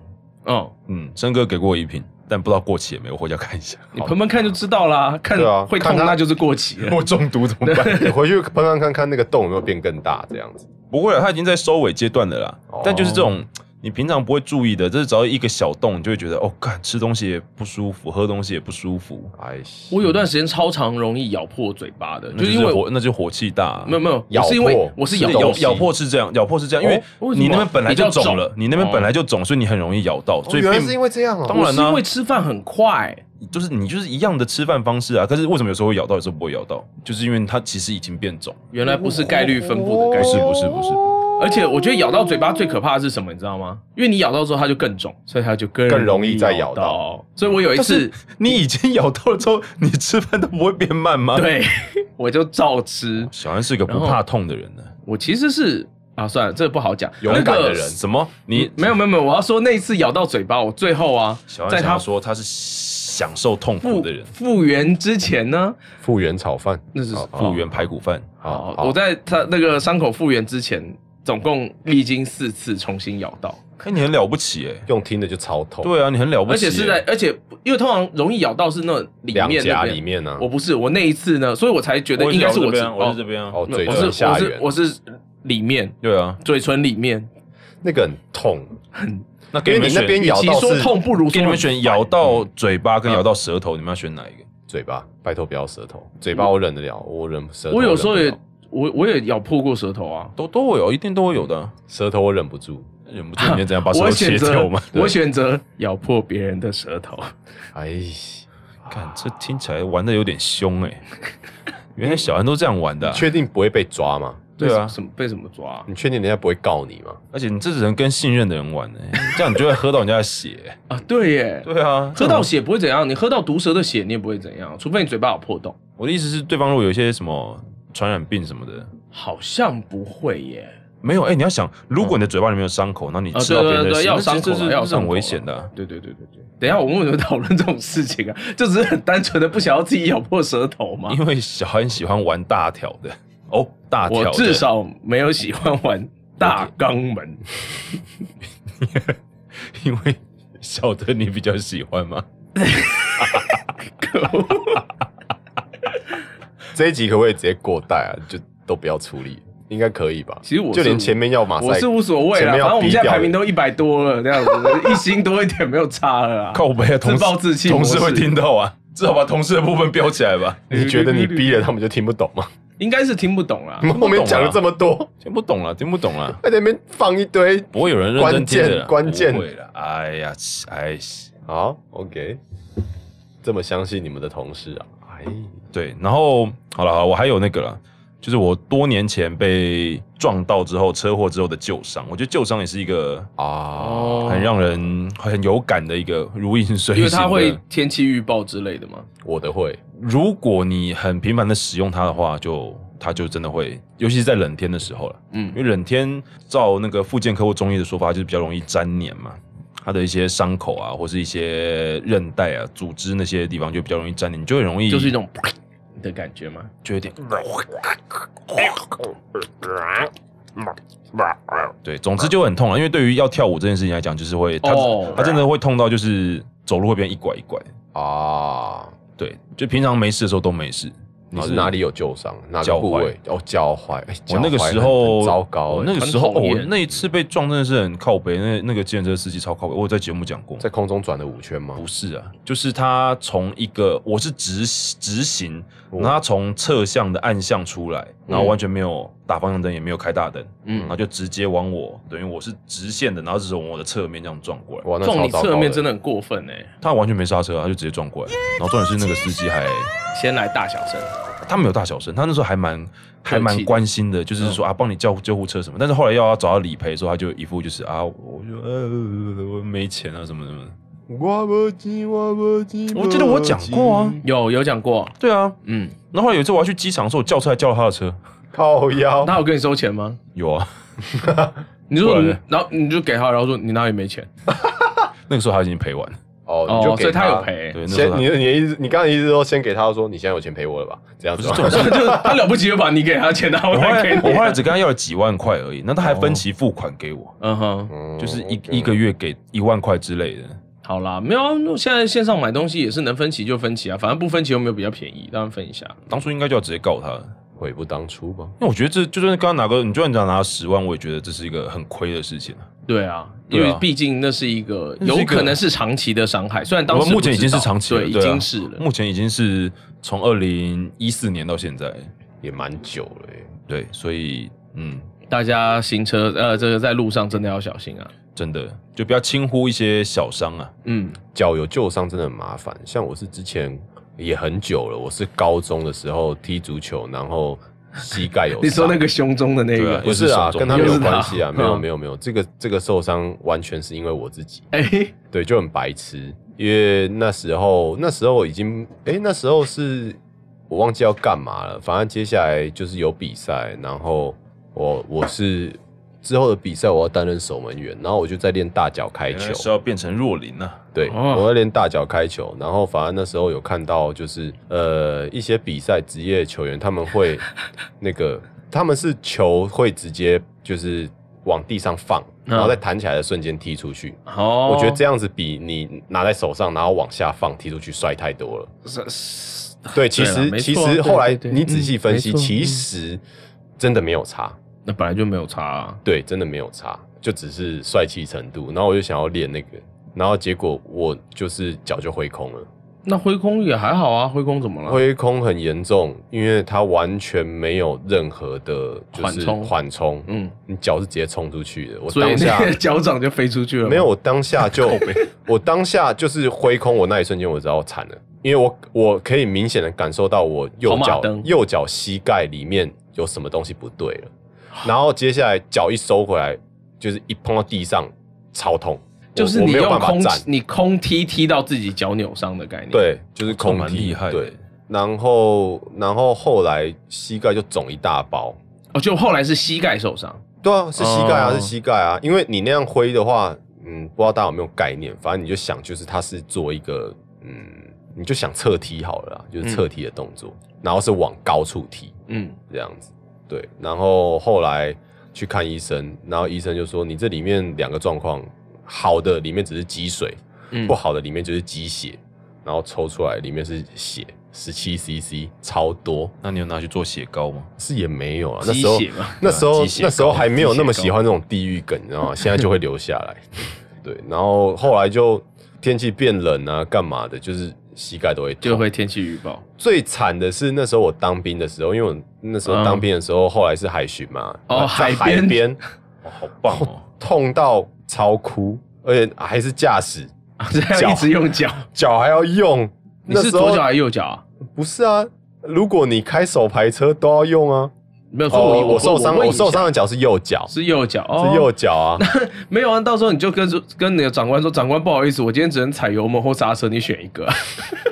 [SPEAKER 1] 嗯，
[SPEAKER 2] 嗯，生哥给过我一瓶，但不知道过期也没有，我回家看 一下。
[SPEAKER 1] 你喷喷看就知道啦，看
[SPEAKER 3] 对啊
[SPEAKER 1] 会
[SPEAKER 3] 看
[SPEAKER 1] 痛
[SPEAKER 3] 它
[SPEAKER 1] 那就是过期 了。
[SPEAKER 2] 我中毒怎么办？
[SPEAKER 3] 你回去喷看看看那个洞有没有变更大，这样子。
[SPEAKER 2] 不会了，啊它已经在收尾阶段了啦。
[SPEAKER 3] 哦
[SPEAKER 2] 但就是这种你平常不会注意的，这是只要一个小洞，你就会觉得哦，干吃东西也不舒服，喝东西也不舒服，
[SPEAKER 3] 哎，
[SPEAKER 1] 我有段时间超常容易咬破嘴巴的，
[SPEAKER 2] 那
[SPEAKER 1] 就
[SPEAKER 2] 嗯就是
[SPEAKER 1] 因为
[SPEAKER 2] 火
[SPEAKER 1] 我
[SPEAKER 2] 那就火气大啊、
[SPEAKER 1] 没有没有，
[SPEAKER 3] 咬
[SPEAKER 1] 我是因为
[SPEAKER 3] 破
[SPEAKER 1] 我是
[SPEAKER 2] 是
[SPEAKER 1] 咬
[SPEAKER 2] 咬
[SPEAKER 1] 东
[SPEAKER 2] 咬
[SPEAKER 1] 西
[SPEAKER 2] 咬破是这样，咬破是这样，因
[SPEAKER 3] 哦
[SPEAKER 1] 为
[SPEAKER 2] 为
[SPEAKER 1] 什么
[SPEAKER 2] 你那边本来就
[SPEAKER 1] 比较
[SPEAKER 2] 肿
[SPEAKER 1] 肿
[SPEAKER 2] 了，你那边
[SPEAKER 1] 哦
[SPEAKER 2] 本来就肿，所以你很容易咬到，所以
[SPEAKER 3] 哦原来
[SPEAKER 2] 并
[SPEAKER 3] 是因为这样
[SPEAKER 2] 当
[SPEAKER 3] 哦。
[SPEAKER 1] 我
[SPEAKER 2] 然
[SPEAKER 1] 是
[SPEAKER 2] 啦
[SPEAKER 1] 因为吃饭很快，
[SPEAKER 2] 就是你就是一样的吃饭方式啊。可是为什么有时候会咬到，有时候不会咬到？就是因为它其实已经变肿，
[SPEAKER 1] 原来不是概率分布的概
[SPEAKER 3] 哦
[SPEAKER 2] 不是
[SPEAKER 1] 念。
[SPEAKER 2] 不是不是，
[SPEAKER 1] 而且我觉得咬到嘴巴最可怕的是什么，你知道吗？因为你咬到之后它就更肿，所以它就更
[SPEAKER 3] 更容易再
[SPEAKER 1] 咬
[SPEAKER 3] 咬
[SPEAKER 1] 到
[SPEAKER 3] 到。
[SPEAKER 1] 所以我有一
[SPEAKER 2] 但
[SPEAKER 1] 次
[SPEAKER 2] 哎是，你已经咬到了之后，你吃饭都不会变慢吗？，
[SPEAKER 1] 对 我就照吃。
[SPEAKER 2] 小安是个不
[SPEAKER 1] 然后
[SPEAKER 2] 怕痛的人呢、
[SPEAKER 1] 我其实是啊，算了，这个不好讲。
[SPEAKER 3] 勇敢的
[SPEAKER 1] 那个嗯
[SPEAKER 3] 人
[SPEAKER 2] 什么？你
[SPEAKER 1] 没有没有没有，我要说那一次咬到嘴巴，我最后啊
[SPEAKER 2] 小，安
[SPEAKER 1] 在
[SPEAKER 2] 想
[SPEAKER 1] 他
[SPEAKER 2] 要说他是享受痛苦
[SPEAKER 1] 复
[SPEAKER 2] 的人，
[SPEAKER 1] 复原之前呢，
[SPEAKER 3] 复原炒饭，
[SPEAKER 1] 那是
[SPEAKER 3] 好
[SPEAKER 2] 复原排骨饭。
[SPEAKER 1] 好
[SPEAKER 3] 好，，
[SPEAKER 1] 我
[SPEAKER 3] 我
[SPEAKER 1] 在他那个伤口复原之前，总共历经四次重新咬到，
[SPEAKER 2] 看你很了不起哎、
[SPEAKER 3] 用听的就超痛。，
[SPEAKER 2] 对啊，你很了不
[SPEAKER 1] 而
[SPEAKER 2] 起、欸，
[SPEAKER 1] 且是在，而且因为通常容易咬到是那种里
[SPEAKER 3] 两
[SPEAKER 1] 面那
[SPEAKER 3] 颊里
[SPEAKER 1] 边，
[SPEAKER 3] 面啊呢
[SPEAKER 1] 我，不是我那一次呢，所以我才觉得应该是
[SPEAKER 2] 我
[SPEAKER 1] 我
[SPEAKER 2] 也
[SPEAKER 1] 自哦
[SPEAKER 2] 是这边啊，我
[SPEAKER 1] 哦
[SPEAKER 2] 是这
[SPEAKER 1] 没
[SPEAKER 2] 边啊，
[SPEAKER 3] 哦，嘴
[SPEAKER 1] 有我
[SPEAKER 3] 唇
[SPEAKER 1] 是我
[SPEAKER 3] 下
[SPEAKER 1] 是
[SPEAKER 3] 缘，
[SPEAKER 1] 我是里面
[SPEAKER 2] 对啊，
[SPEAKER 1] 嘴唇里面，
[SPEAKER 3] 那个很痛，
[SPEAKER 2] 那给
[SPEAKER 3] 因
[SPEAKER 2] 你
[SPEAKER 3] 为
[SPEAKER 2] 们
[SPEAKER 3] 你那
[SPEAKER 2] 选，
[SPEAKER 3] 边
[SPEAKER 1] 与
[SPEAKER 3] 咬
[SPEAKER 1] 其
[SPEAKER 3] 到
[SPEAKER 1] 说
[SPEAKER 3] 是
[SPEAKER 1] 痛，不如
[SPEAKER 2] 给
[SPEAKER 1] 说
[SPEAKER 2] 你们选咬到嘴巴
[SPEAKER 1] 嗯
[SPEAKER 2] 跟咬到舌头，你们要选哪一个？
[SPEAKER 3] 嘴巴，拜托不要舌头，嘴巴我忍得了，我忍舌
[SPEAKER 1] 嗯
[SPEAKER 3] 头
[SPEAKER 1] 我
[SPEAKER 3] 忍不了。
[SPEAKER 1] 有时候也我我也咬破过舌头啊，
[SPEAKER 2] 都都会有，一定都会有的啊。
[SPEAKER 3] 舌头我忍不住，
[SPEAKER 2] 忍不住你也这样把舌 头
[SPEAKER 1] 我
[SPEAKER 2] 切
[SPEAKER 1] 选
[SPEAKER 2] 掉
[SPEAKER 1] 择
[SPEAKER 2] 嘛？
[SPEAKER 1] 我选择咬破别人的舌头，
[SPEAKER 3] 哎，
[SPEAKER 2] 看这听起来玩的有点 凶哎、原来小安都这样玩的啊、
[SPEAKER 3] 确定不会被抓吗？
[SPEAKER 2] 对啊
[SPEAKER 1] 被什么被什么抓啊
[SPEAKER 3] 你确定人家不会告你吗？
[SPEAKER 2] 而且你这只能跟信任的人玩哎、 这样你就会喝到人家的血欸、
[SPEAKER 1] 啊？对耶，
[SPEAKER 2] 对啊，
[SPEAKER 1] 喝到血不会怎样，你喝到毒蛇的血你也不会怎样，除非你嘴巴有破洞，
[SPEAKER 2] 我的意思是，对方如果有一些什么传染病什么的，
[SPEAKER 1] 好像不会耶。
[SPEAKER 2] 没有哎、你要想，如果你的嘴巴里面有伤口，然后你
[SPEAKER 1] 啊
[SPEAKER 2] 吃到别人
[SPEAKER 1] 对
[SPEAKER 2] 的
[SPEAKER 1] 对对
[SPEAKER 2] 血，
[SPEAKER 1] 要
[SPEAKER 2] 那
[SPEAKER 1] 伤口
[SPEAKER 2] 这
[SPEAKER 1] 了
[SPEAKER 2] 是
[SPEAKER 1] 要
[SPEAKER 2] 这是很
[SPEAKER 1] 伤口
[SPEAKER 2] 危
[SPEAKER 1] 了
[SPEAKER 2] 险的啊、
[SPEAKER 1] 对对对对对，等一下我们为什么讨论这种事情啊？就只是很单纯的不想要自己咬破舌头嘛。
[SPEAKER 2] 因为小安喜欢玩大条的哦，大条
[SPEAKER 1] 我
[SPEAKER 2] 的
[SPEAKER 1] 至少没有喜欢玩大肛门，
[SPEAKER 2] 因为小的你比较喜欢嘛。
[SPEAKER 1] 可恶
[SPEAKER 3] 这一集可不可以直接过带啊？就都不要处理，应该可以吧？
[SPEAKER 1] 其实我是
[SPEAKER 3] 就连前面要马
[SPEAKER 1] 我
[SPEAKER 3] 赛
[SPEAKER 1] 是无所谓啦，反
[SPEAKER 3] 前面要
[SPEAKER 1] 正我们
[SPEAKER 3] 逼
[SPEAKER 1] 现在
[SPEAKER 3] 掉
[SPEAKER 1] 排
[SPEAKER 3] 的
[SPEAKER 1] 名都一百多了，这样子一星多一点没有差了啦。
[SPEAKER 2] 靠背啊，
[SPEAKER 1] 自
[SPEAKER 2] 同事
[SPEAKER 1] 暴自弃模
[SPEAKER 2] 同
[SPEAKER 1] 式
[SPEAKER 2] 事会听到啊，至少把同事的部分标起来吧。
[SPEAKER 3] 你觉得你逼了他们就听不懂吗？
[SPEAKER 1] 应该是听不懂啊啦
[SPEAKER 3] 你。 们后面讲了这么多，
[SPEAKER 2] 听不懂了，啊听不懂了，
[SPEAKER 3] 在那边放一堆。
[SPEAKER 2] 不会有人认真听的啦
[SPEAKER 3] 关键
[SPEAKER 2] 不会了。哎呀，哎，
[SPEAKER 3] 好，OK，这么相信你们的同事啊？哎，
[SPEAKER 2] 对，然后好了，好了我还有那个了，就是我多年前被撞到之后，车祸之后的旧伤，我觉得旧伤也是一个
[SPEAKER 3] 啊，
[SPEAKER 2] 很让人很有感的一个如影随形的。
[SPEAKER 1] 哦因为它会天气预报之类的嘛。
[SPEAKER 3] 我的会，
[SPEAKER 2] 如果你很频繁的使用它的话，就它就真的会，尤其是在冷天的时候了。
[SPEAKER 1] 嗯
[SPEAKER 2] 因为冷天照那个复健科或中医的说法，就是比较容易粘黏嘛，它的一些伤口啊，或是一些韧带啊、组织那些地方就比较容易粘黏，你就很容易
[SPEAKER 1] 就是一种的感觉嘛。
[SPEAKER 2] 就有点对，总之就很痛了。因为对于要跳舞这件事情来讲，就是会它
[SPEAKER 1] 哦
[SPEAKER 2] 它真的会痛到就是走路会变一拐一拐。
[SPEAKER 3] 啊，
[SPEAKER 2] 对，就平常没事的时候都没
[SPEAKER 3] 哦
[SPEAKER 2] 事。
[SPEAKER 3] 你是哪里有旧伤？哪个部位？哦，脚踝。哎
[SPEAKER 2] 我那个
[SPEAKER 3] 脚踝
[SPEAKER 2] 时候
[SPEAKER 3] 很糟糕
[SPEAKER 2] 我
[SPEAKER 3] 欸，
[SPEAKER 2] 那个时候
[SPEAKER 1] 很讨
[SPEAKER 2] 我
[SPEAKER 1] 厌
[SPEAKER 2] 那一次被撞真的是很靠北，那那个计程车司机超靠北，我有在节目讲过。
[SPEAKER 3] 在空中转了五圈吗
[SPEAKER 2] 不？是啊，就是他从一个我是直直行，然后他从侧向的暗巷出来，然后完全没有打方向灯，也没有开大灯，
[SPEAKER 1] 嗯
[SPEAKER 2] 然后就直接往我，等于我是直线的，然后是从我的侧面这样撞过来，
[SPEAKER 3] 哇，那
[SPEAKER 1] 撞
[SPEAKER 3] 超
[SPEAKER 1] 你
[SPEAKER 3] 糟糕
[SPEAKER 1] 侧面真
[SPEAKER 3] 的
[SPEAKER 1] 的很过分哎、
[SPEAKER 2] 他完全没刹车啊，他就直接撞过来，然后重点是那个司机还
[SPEAKER 1] 先来大小声，
[SPEAKER 2] 他没有大小声，他那时候还蛮还蛮关心的，就是说啊，帮你叫救护车什么。但是后来要找他理赔的时候，他就一副就是啊，我就呃我没钱啊什么什么的。
[SPEAKER 3] 我不急，我不急，
[SPEAKER 2] 我记得我讲过啊
[SPEAKER 3] 不急，
[SPEAKER 1] 有有讲过，
[SPEAKER 2] 对啊。
[SPEAKER 1] 嗯，
[SPEAKER 2] 然后后来有一次我要去机场的时候，我叫车还叫了他的车，
[SPEAKER 3] 靠腰。
[SPEAKER 1] 他有跟你收钱吗？
[SPEAKER 2] 有啊，
[SPEAKER 1] 你就说
[SPEAKER 2] 不然
[SPEAKER 1] 你
[SPEAKER 2] 呢，
[SPEAKER 1] 然后你就给他，然后说你哪里没钱？
[SPEAKER 2] 那个时候他已经赔完了。
[SPEAKER 3] 哦，你
[SPEAKER 1] 哦
[SPEAKER 3] 就，
[SPEAKER 1] 所
[SPEAKER 3] 给
[SPEAKER 1] 以他有。赔、
[SPEAKER 2] 对，那时
[SPEAKER 3] 先
[SPEAKER 2] 候，他
[SPEAKER 3] 你的你的意思，你刚才意思说先给他说，你现在有钱赔我了吧？这样子吗。
[SPEAKER 1] 就是 他了不起就把你给他钱，然后
[SPEAKER 2] 我后
[SPEAKER 1] 再给
[SPEAKER 2] 来我
[SPEAKER 1] 你。
[SPEAKER 2] 后来只跟他要了几万块而已，那他还分期付款给我，
[SPEAKER 1] 嗯哼，
[SPEAKER 3] 嗯
[SPEAKER 2] 就是一
[SPEAKER 3] OK
[SPEAKER 2] 一个月给一万块之类的。
[SPEAKER 1] 好啦，没有啊，那现在线上买东西也是能分期就分期啊，反正不分期又没有比较便宜，当然分一下。
[SPEAKER 2] 当初应该就要直接告他了。
[SPEAKER 3] 悔不当初吧。
[SPEAKER 2] 因为我觉得这就算刚刚拿个，你就算只拿十万，我也觉得这是一个很亏的事情啊。
[SPEAKER 1] 对啊，
[SPEAKER 2] 对
[SPEAKER 1] 因
[SPEAKER 2] 啊
[SPEAKER 1] 为毕竟那是一个
[SPEAKER 2] 那是一
[SPEAKER 1] 有
[SPEAKER 2] 个
[SPEAKER 1] 可能是长期的伤害，虽然当
[SPEAKER 2] 我
[SPEAKER 1] 时
[SPEAKER 2] 目前
[SPEAKER 1] 不知
[SPEAKER 2] 已经是
[SPEAKER 1] 道
[SPEAKER 2] 长期了，
[SPEAKER 1] 对，已
[SPEAKER 2] 对啊
[SPEAKER 1] 经是了。
[SPEAKER 2] 目前已经是从二零一四年到现在，
[SPEAKER 3] 也蛮久了耶，
[SPEAKER 2] 对，所以嗯，
[SPEAKER 1] 大家行车呃，这个在路上真的要小心啊。
[SPEAKER 2] 真的就不要轻忽一些小伤啊。
[SPEAKER 1] 嗯，
[SPEAKER 3] 脚有旧伤真的很麻烦。像我是之前也很久了，我是高中的时候踢足球，然后膝盖有 伤。
[SPEAKER 1] 你说那个胸中的那
[SPEAKER 2] 对
[SPEAKER 1] 个
[SPEAKER 2] 啊，
[SPEAKER 3] 不是啊，跟他没有关 系啊，
[SPEAKER 1] 又是他
[SPEAKER 3] 没有
[SPEAKER 1] 嗯
[SPEAKER 3] 没有没有，这个这个受伤完全是因为我自己，
[SPEAKER 1] 哎、
[SPEAKER 3] 对，就很白痴，因为那时候那时候我已经，哎、那时候是我忘记要干嘛了，反正接下来就是有比赛，然后我我是之后的比赛我要担任守门员，然后我就在练大脚开
[SPEAKER 2] 原来
[SPEAKER 3] 球，
[SPEAKER 2] 是要变成若琳啊，
[SPEAKER 3] 对，
[SPEAKER 1] 哦
[SPEAKER 3] 我在练大脚开球，然后反而那时候有看到，就是呃一些比赛职业球员他们会那个 他们是球会直接就是往地上放，
[SPEAKER 1] 嗯
[SPEAKER 3] 然后在弹起来的瞬间踢出去。
[SPEAKER 1] 哦，
[SPEAKER 3] 我觉得这样子比你拿在手上然后往下放踢出去帅太多了。
[SPEAKER 1] 是是
[SPEAKER 3] 对，其
[SPEAKER 1] 对啦
[SPEAKER 3] 实
[SPEAKER 1] 没
[SPEAKER 3] 其
[SPEAKER 1] 错
[SPEAKER 3] 实
[SPEAKER 1] 对
[SPEAKER 3] 后来
[SPEAKER 1] 对对
[SPEAKER 3] 你仔细
[SPEAKER 1] 嗯
[SPEAKER 3] 分
[SPEAKER 1] 没
[SPEAKER 3] 析，
[SPEAKER 1] 错
[SPEAKER 3] 其
[SPEAKER 1] 嗯
[SPEAKER 3] 实真的没有差。
[SPEAKER 1] 那本来就没有差、啊。
[SPEAKER 3] 对，真的没有差，就只是帅气程度。然后我就想要练那个，然后结果我就是脚就挥空了。
[SPEAKER 1] 那挥空也还好啊，挥空怎么了？
[SPEAKER 3] 挥空很严重，因为它完全没有任何的就
[SPEAKER 1] 缓
[SPEAKER 3] 是
[SPEAKER 1] 冲
[SPEAKER 3] 缓冲，
[SPEAKER 1] 嗯，
[SPEAKER 3] 你脚是直接冲出去的。我
[SPEAKER 1] 所以
[SPEAKER 3] 当下
[SPEAKER 1] 那个脚掌就飞出去了吗。
[SPEAKER 3] 没有，我当下就 我当下就是挥空，我那一瞬间我知道惨了，因为我我可以明显的感受到我右
[SPEAKER 1] 跑马
[SPEAKER 3] 脚
[SPEAKER 1] 灯
[SPEAKER 3] 右脚膝盖里面有什么东西不对了，然后接下来脚一收回来，就是一碰到地上超痛，
[SPEAKER 1] 就是
[SPEAKER 3] 我我
[SPEAKER 1] 你
[SPEAKER 3] 没有
[SPEAKER 1] 用
[SPEAKER 3] 办法
[SPEAKER 1] 空
[SPEAKER 3] 站，
[SPEAKER 1] 你空踢踢到自己脚扭伤的概念。，
[SPEAKER 3] 对，就是空
[SPEAKER 2] 蛮
[SPEAKER 3] 踢，
[SPEAKER 2] 厉害的
[SPEAKER 3] 对。然后，然后后来膝盖就肿一大包，
[SPEAKER 1] 哦，就后来是膝盖受伤。
[SPEAKER 3] 对啊，是膝盖啊，
[SPEAKER 1] 哦
[SPEAKER 3] 是膝盖啊，因为你那样挥的话，嗯，不知道大家有没有概念，反正你就想，就是它是做一个，嗯，你就想侧踢好了啦，就是侧踢的动作，然后是往高处踢
[SPEAKER 1] 嗯，
[SPEAKER 3] 这样子，对，然后后来去看医生，然后医生就说你这里面两个状况，好的里面只是积水，
[SPEAKER 1] 嗯
[SPEAKER 3] 不好的里面就是积血，然后抽出来里面是血，十七 CC，超多，
[SPEAKER 2] 那你有拿去做血糕吗？
[SPEAKER 3] 是也没有啊。那
[SPEAKER 1] 鸡
[SPEAKER 3] 时候
[SPEAKER 1] 血嘛，
[SPEAKER 3] 那时候
[SPEAKER 2] 鸡血糕
[SPEAKER 3] 那时候还没有那么喜欢那种地狱梗，你 知道吗？现在就会留下来。对，然后后来就天气变冷啊，干嘛的，就是膝盖都会痛
[SPEAKER 1] 就会天气预报。
[SPEAKER 3] 最惨的是那时候我当兵的时候，因为我那时候
[SPEAKER 1] 嗯
[SPEAKER 3] 当兵的时候，后来是海巡嘛，
[SPEAKER 1] 哦
[SPEAKER 3] 在
[SPEAKER 1] 海
[SPEAKER 3] 海
[SPEAKER 1] 边
[SPEAKER 3] 边
[SPEAKER 2] 哦，好棒哦！
[SPEAKER 3] 痛到超哭，而且还是驾驶，
[SPEAKER 1] 这样
[SPEAKER 3] 脚
[SPEAKER 1] 一直用 脚，
[SPEAKER 3] 脚还要用。
[SPEAKER 1] 你是
[SPEAKER 3] 那时候
[SPEAKER 1] 左脚还是右脚啊？
[SPEAKER 3] 不是啊，如果你开手排车都要用啊。
[SPEAKER 1] 没有，所以我
[SPEAKER 3] 哦，我受伤，
[SPEAKER 1] 问
[SPEAKER 3] 我
[SPEAKER 1] 一下
[SPEAKER 3] 受伤的脚是右脚，
[SPEAKER 1] 是右脚，哦
[SPEAKER 3] 是右脚啊。
[SPEAKER 1] 没有啊，到时候你就跟跟你的长官说，长官不好意思，我今天只能踩油门或刹车，你选一个。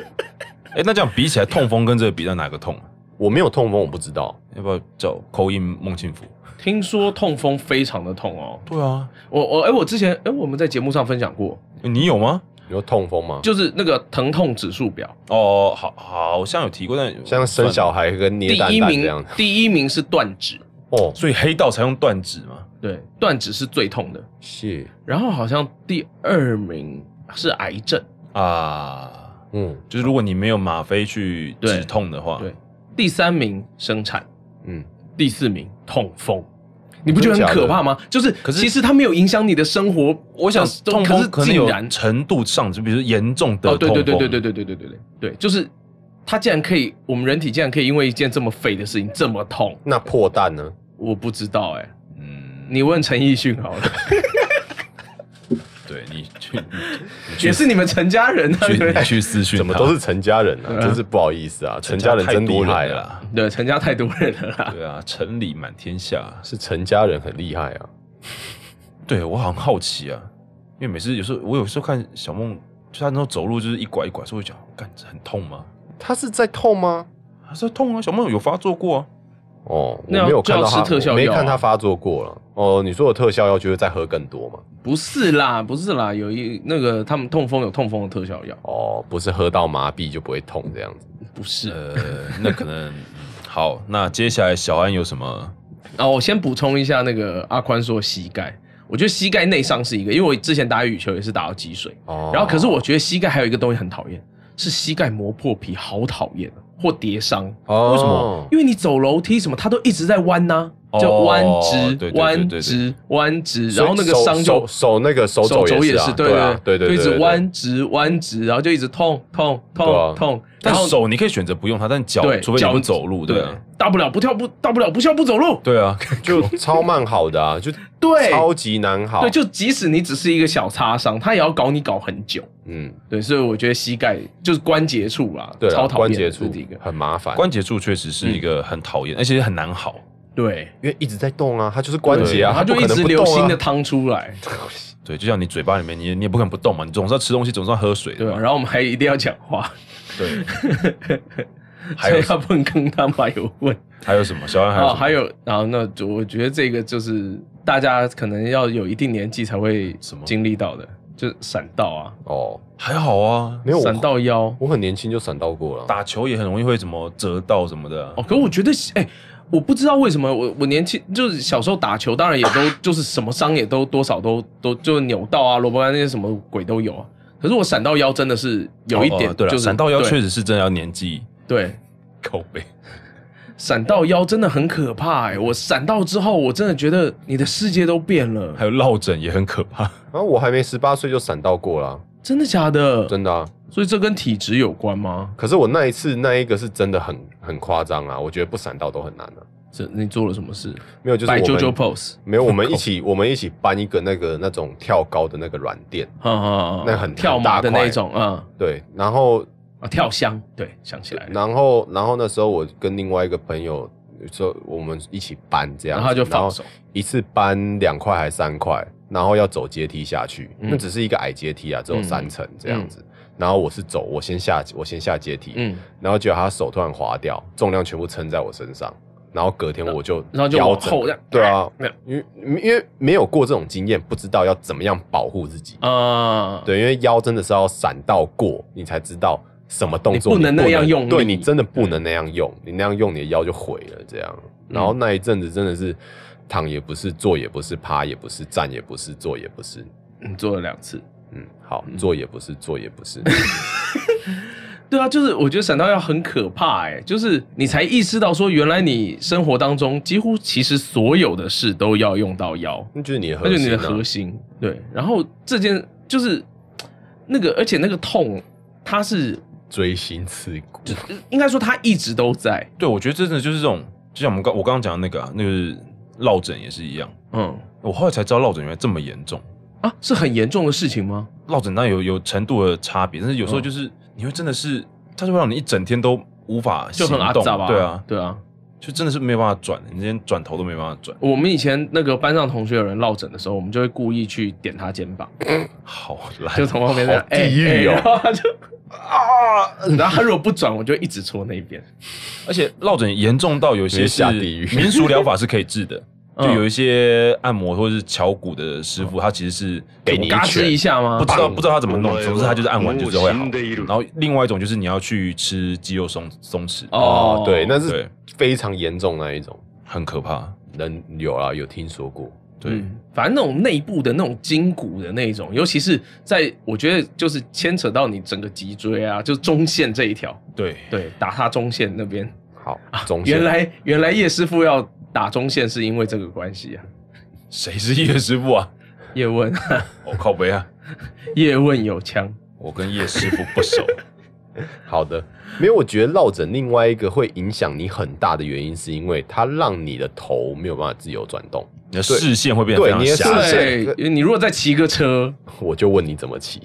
[SPEAKER 2] 哎，那这样比起来，痛风跟这个比，那哪个痛啊？
[SPEAKER 3] 我没有痛风，我不知道。
[SPEAKER 2] 要不要叫口音孟庆福？
[SPEAKER 1] 听说痛风非常的痛哦，
[SPEAKER 2] 对啊，
[SPEAKER 1] 我我哎、我之前哎、我们在节目上分享过，
[SPEAKER 2] 哎你有吗？
[SPEAKER 3] 你说痛风吗？就
[SPEAKER 1] 就是那个疼痛指数表，
[SPEAKER 2] 哦，好，好像有提过，但
[SPEAKER 3] 像生小孩跟捏
[SPEAKER 1] 第
[SPEAKER 3] 蛋
[SPEAKER 1] 一
[SPEAKER 3] 蛋这样
[SPEAKER 1] 名
[SPEAKER 3] 子。
[SPEAKER 1] 第一名是断指，
[SPEAKER 3] 哦，
[SPEAKER 2] 所以黑道才用断指嘛。
[SPEAKER 1] 对，断指是最痛的，
[SPEAKER 3] 是，
[SPEAKER 1] 然后好像第二名是癌症，
[SPEAKER 2] 啊，
[SPEAKER 3] 嗯
[SPEAKER 2] 就是如果你没有吗啡去
[SPEAKER 1] 对
[SPEAKER 2] 止痛的话，
[SPEAKER 3] 啊
[SPEAKER 1] 对，第三名生产，
[SPEAKER 3] 嗯，
[SPEAKER 1] 第四名痛风。你不觉得很
[SPEAKER 3] 真的假的
[SPEAKER 1] 可怕吗？就是，
[SPEAKER 2] 可是
[SPEAKER 1] 其实它没有影响你的生活，
[SPEAKER 2] 我想
[SPEAKER 1] 都
[SPEAKER 2] 痛风
[SPEAKER 1] 可
[SPEAKER 2] 可
[SPEAKER 1] 是竟
[SPEAKER 2] 能有
[SPEAKER 1] 然
[SPEAKER 2] 程度上，就比如说严重的
[SPEAKER 1] 哦，
[SPEAKER 2] 痛
[SPEAKER 1] 对
[SPEAKER 2] 风，
[SPEAKER 1] 对对对对对对对对对对，就是它竟然可以，我们人体竟然可以因为一件这么废的事情这么痛，
[SPEAKER 3] 那破蛋呢？
[SPEAKER 1] 我不知道哎、
[SPEAKER 2] 嗯，
[SPEAKER 1] 你问陈奕迅好了，
[SPEAKER 2] 对你 去
[SPEAKER 1] 也是你们陈家人啊，
[SPEAKER 2] 去
[SPEAKER 1] 对
[SPEAKER 2] 你去私讯他，
[SPEAKER 3] 怎么都是陈家人啊？
[SPEAKER 1] 啊
[SPEAKER 3] 真是不好意思啊，陈家人
[SPEAKER 2] 太
[SPEAKER 3] 真厉
[SPEAKER 2] 多
[SPEAKER 3] 害
[SPEAKER 2] 人了
[SPEAKER 3] 啊！
[SPEAKER 2] 啦。
[SPEAKER 1] 对，陈家太多人了啦。
[SPEAKER 2] 对啊，城里满天下。
[SPEAKER 3] 是陈家人很厉害啊。
[SPEAKER 2] 对我好像好奇啊，因为每次有时候我有时候看小梦，就他那时候走路就是一拐一拐，所以我讲，干这很痛吗？
[SPEAKER 3] 他是在痛吗？
[SPEAKER 2] 他说痛啊，小梦有发作过啊。
[SPEAKER 3] 哦，我
[SPEAKER 1] 那要
[SPEAKER 3] 没有看到
[SPEAKER 1] 就
[SPEAKER 3] 他，
[SPEAKER 1] 要吃特效药啊
[SPEAKER 3] 我没看他发作过了。哦，你说的特效药就是再喝更多嘛？
[SPEAKER 1] 不是啦，不是啦，有一那个他们痛风有痛风的特效药，
[SPEAKER 3] 哦，不是喝到麻痹就不会痛这样子。
[SPEAKER 1] 不是。
[SPEAKER 2] 呃，那可能好，那接下来小安有什么？
[SPEAKER 1] 啊，我先补充一下那个阿宽说膝盖，我觉得膝盖内伤是一个，因为我之前打羽球也是打到积水，
[SPEAKER 3] 哦，
[SPEAKER 1] 然后可是我觉得膝盖还有一个东西很讨厌，是膝盖磨破皮，好讨厌啊，或跌伤。
[SPEAKER 3] 哦，
[SPEAKER 2] 为什么？
[SPEAKER 1] 因为你走楼梯什么，它都一直在弯呐、
[SPEAKER 2] 哦
[SPEAKER 1] 就弯直、
[SPEAKER 2] 对对对对对
[SPEAKER 1] 弯直、弯直，然后那个
[SPEAKER 3] 手
[SPEAKER 1] 伤
[SPEAKER 3] 手
[SPEAKER 1] 就
[SPEAKER 3] 手那个手
[SPEAKER 1] 手
[SPEAKER 3] 肘
[SPEAKER 1] 肘
[SPEAKER 3] 也
[SPEAKER 1] 也
[SPEAKER 3] 是啊
[SPEAKER 1] 是，
[SPEAKER 3] 对啊对对
[SPEAKER 1] 对，就
[SPEAKER 3] 对
[SPEAKER 1] 一直
[SPEAKER 3] 对
[SPEAKER 1] 弯直弯直，然后就一直痛痛
[SPEAKER 3] 对
[SPEAKER 1] 痛
[SPEAKER 3] 啊
[SPEAKER 1] 痛，
[SPEAKER 2] 但
[SPEAKER 1] 然后
[SPEAKER 2] 手你可以选择不用它，但脚
[SPEAKER 1] 对
[SPEAKER 2] 除非你
[SPEAKER 1] 脚
[SPEAKER 2] 不走路，对
[SPEAKER 1] 对
[SPEAKER 2] 啊，，
[SPEAKER 1] 大不了不跳不，大不了不笑不走路，
[SPEAKER 2] 对啊，
[SPEAKER 3] 就超慢好的啊，就
[SPEAKER 1] 对
[SPEAKER 3] 超级难好，
[SPEAKER 1] 对，就即使你只是一个小擦伤，它也要搞你搞很久，
[SPEAKER 3] 嗯，
[SPEAKER 1] 对，所以我觉得膝盖就是关节处啦，
[SPEAKER 3] 对啊，
[SPEAKER 1] 超讨
[SPEAKER 3] 关
[SPEAKER 1] 厌
[SPEAKER 3] 节
[SPEAKER 1] 的
[SPEAKER 3] 处
[SPEAKER 1] 这一个，
[SPEAKER 3] 很麻烦，
[SPEAKER 2] 关节处确实是一个很讨厌，而且很难好。
[SPEAKER 1] 对，
[SPEAKER 3] 因为一直在动啊，它就是关节啊，
[SPEAKER 1] 它就
[SPEAKER 3] 不
[SPEAKER 1] 一
[SPEAKER 3] 可能
[SPEAKER 1] 直
[SPEAKER 3] 不
[SPEAKER 1] 流
[SPEAKER 3] 动
[SPEAKER 1] 新的
[SPEAKER 3] 啊。
[SPEAKER 1] 汤出 来，
[SPEAKER 2] 对，就像你嘴巴里面，你也你也不可能不动嘛，你总是要吃东西，总是要喝水
[SPEAKER 1] 对
[SPEAKER 2] 的
[SPEAKER 1] 吧？
[SPEAKER 2] 嘛。
[SPEAKER 1] 然后我们还一定要讲话，
[SPEAKER 2] 啊 对，还
[SPEAKER 1] 还
[SPEAKER 2] 有
[SPEAKER 1] 有他粪坑他妈有 问
[SPEAKER 2] 还有什么？小哦安还有
[SPEAKER 1] 啊，
[SPEAKER 2] 什么
[SPEAKER 1] 还有然后那就我觉得这个就是大家可能要有一定年纪才会
[SPEAKER 2] 什么
[SPEAKER 1] 经历到的，就是闪到啊，
[SPEAKER 3] 哦，
[SPEAKER 2] 还好啊，
[SPEAKER 3] 没有
[SPEAKER 1] 闪
[SPEAKER 3] 我，
[SPEAKER 1] 到腰
[SPEAKER 3] 我很年轻就闪到过了。啊
[SPEAKER 2] 打球也很容易会怎么折到什么的啊。
[SPEAKER 1] 哦，可我觉得哎、我不知道为什么我我年轻就是小时候打球，当然也都就是什么伤也都多少都都就扭到啊、萝卜干那些什么鬼都有啊。可是我闪到腰真的是有一点，
[SPEAKER 2] 哦哦对
[SPEAKER 1] 就
[SPEAKER 2] 了，
[SPEAKER 1] 是
[SPEAKER 2] 闪到腰
[SPEAKER 1] 对
[SPEAKER 2] 确实是真的要年纪
[SPEAKER 1] 对，
[SPEAKER 2] 靠背。
[SPEAKER 1] 闪到腰真的很可怕哎、我闪到之后，我真的觉得你的世界都变了
[SPEAKER 2] 还，有落枕也很可怕。
[SPEAKER 3] 然后我还没十八岁就闪到过了，啊
[SPEAKER 1] 真的假的？
[SPEAKER 3] 真的啊。
[SPEAKER 1] 所以这跟体质有关吗？
[SPEAKER 3] 可是我那一次那一个是真的很很夸张啊，我觉得不闪到都很难啊。
[SPEAKER 1] 这你做了什么事？
[SPEAKER 3] 没有，就是
[SPEAKER 1] 摆
[SPEAKER 3] 我
[SPEAKER 1] JoJo
[SPEAKER 3] 们
[SPEAKER 1] pose，
[SPEAKER 3] 没有，我们一起我们一起搬一个那个那种跳高的那个软垫，
[SPEAKER 1] 哈哈，
[SPEAKER 3] 那很
[SPEAKER 1] 跳
[SPEAKER 3] 很大
[SPEAKER 1] 马的
[SPEAKER 3] 块
[SPEAKER 1] 那种，嗯
[SPEAKER 3] 对，然后
[SPEAKER 1] 啊，跳箱，对，想起来了，
[SPEAKER 3] 然后，然后那时候我跟另外一个朋友说，我们一起搬这样
[SPEAKER 1] 然
[SPEAKER 3] 子，
[SPEAKER 1] 后他就放手，
[SPEAKER 3] 一次搬两块还三块，然后要走阶梯下去，
[SPEAKER 1] 嗯
[SPEAKER 3] 那只是一个矮阶梯啊，只有三层这样子。然后我是走，我先下，我先下阶梯，
[SPEAKER 1] 嗯，
[SPEAKER 3] 然后结果他手突然滑掉，重量全部撑在我身上，然后隔天我就
[SPEAKER 1] 然后就
[SPEAKER 3] 腰
[SPEAKER 1] 往
[SPEAKER 3] 整
[SPEAKER 1] 后这样，
[SPEAKER 3] 对啊，
[SPEAKER 1] 没有
[SPEAKER 3] 因为因为没有过这种经验，不知道要怎么样保护自己。
[SPEAKER 1] 啊，
[SPEAKER 3] 对，因为腰真的是要闪到过，你才知道什么动作
[SPEAKER 1] 你不能那样用力
[SPEAKER 3] 对你真的不能那样用，你那样用你的腰就毁了。这样，然后
[SPEAKER 2] 嗯
[SPEAKER 3] 那一阵子真的是躺也不是，坐也不是，趴也不是，站也不是，坐也不是。
[SPEAKER 1] 嗯你做了两次。
[SPEAKER 2] 嗯
[SPEAKER 3] 嗯，好，坐也不是，坐也不是。
[SPEAKER 1] 对啊，就是我觉得闪到腰很可怕哎、就是你才意识到说，原来你生活当中几乎其实所有的事都要用到腰，
[SPEAKER 3] 那就是你的核
[SPEAKER 1] 那就
[SPEAKER 3] 心、啊，
[SPEAKER 1] 是你的核心。对，然后这件就是那个，而且那个痛，它是
[SPEAKER 3] 锥心刺骨，
[SPEAKER 1] 应该说它一直都在。
[SPEAKER 2] 对，我觉得真的就是这种，就像我们刚我刚刚讲的那个、啊，那个落枕也是一样。
[SPEAKER 1] 嗯
[SPEAKER 2] 我后来才知道落枕原来这么严重。
[SPEAKER 1] 啊，是很严重的事情吗？
[SPEAKER 2] 落枕当然有有程度的差别，但是有时候
[SPEAKER 1] 嗯
[SPEAKER 2] 就是、你会真的是，它就会让你一整天都无法
[SPEAKER 1] 就很
[SPEAKER 2] 行
[SPEAKER 1] 阿
[SPEAKER 2] 动
[SPEAKER 1] 杂吧？
[SPEAKER 2] 对啊，
[SPEAKER 1] 对啊。
[SPEAKER 2] 就真的是没有办法转，你连转头都没办法转。
[SPEAKER 1] 我们以前那个班上同学有人落枕的时候，我们就会故意去点他肩膀，
[SPEAKER 2] 好 烂，
[SPEAKER 1] 就从旁边这样
[SPEAKER 3] 好地狱
[SPEAKER 1] 哎哎
[SPEAKER 3] 哦
[SPEAKER 1] 然后他就啊，然后他如果不转，我就一直戳那边。
[SPEAKER 2] 而且落枕严重到有些
[SPEAKER 3] 直接
[SPEAKER 2] 是
[SPEAKER 3] 下地 狱
[SPEAKER 2] 民俗疗法是可以治的，就
[SPEAKER 1] 嗯
[SPEAKER 2] 有一些按摩或者是敲骨的师傅，他其实是
[SPEAKER 3] 给你一
[SPEAKER 1] 嘎吱
[SPEAKER 3] 拳
[SPEAKER 1] 一下吗？
[SPEAKER 2] 不知道不知道他怎么弄，
[SPEAKER 4] 棒
[SPEAKER 2] 总之他就是按完就之后会好
[SPEAKER 4] 嗯。
[SPEAKER 2] 然后另外一种就是你要去吃肌肉松松弛，
[SPEAKER 1] 哦
[SPEAKER 3] 哦，对，那是
[SPEAKER 2] 对，
[SPEAKER 3] 非常严重那一种，
[SPEAKER 2] 很可怕。
[SPEAKER 3] 人有啊，有听说过，
[SPEAKER 2] 对，
[SPEAKER 1] 嗯反正那种内部的那种筋骨的那种，尤其是在我觉得就是牵扯到你整个脊椎啊，就中线这一条，
[SPEAKER 2] 对
[SPEAKER 1] 对，打他中线那边。
[SPEAKER 3] 好，
[SPEAKER 2] 啊
[SPEAKER 3] 中线
[SPEAKER 1] 原来原来叶师傅要打中线是因为这个关系啊。
[SPEAKER 2] 谁是叶师傅啊？
[SPEAKER 1] 叶问，
[SPEAKER 2] 我靠北啊！
[SPEAKER 1] 叶问有枪，
[SPEAKER 2] 我跟叶师傅不熟。
[SPEAKER 3] 好的，没有，我觉得落枕另外一个会影响你很大的原因，是因为它让你的头没有办法自由转动。
[SPEAKER 2] 你的视线会变得非
[SPEAKER 3] 对
[SPEAKER 2] 常
[SPEAKER 3] 你的
[SPEAKER 2] 狭
[SPEAKER 3] 视
[SPEAKER 2] 隘。
[SPEAKER 3] 线
[SPEAKER 1] 对，你如果再骑个车，
[SPEAKER 3] 我就问你怎么骑，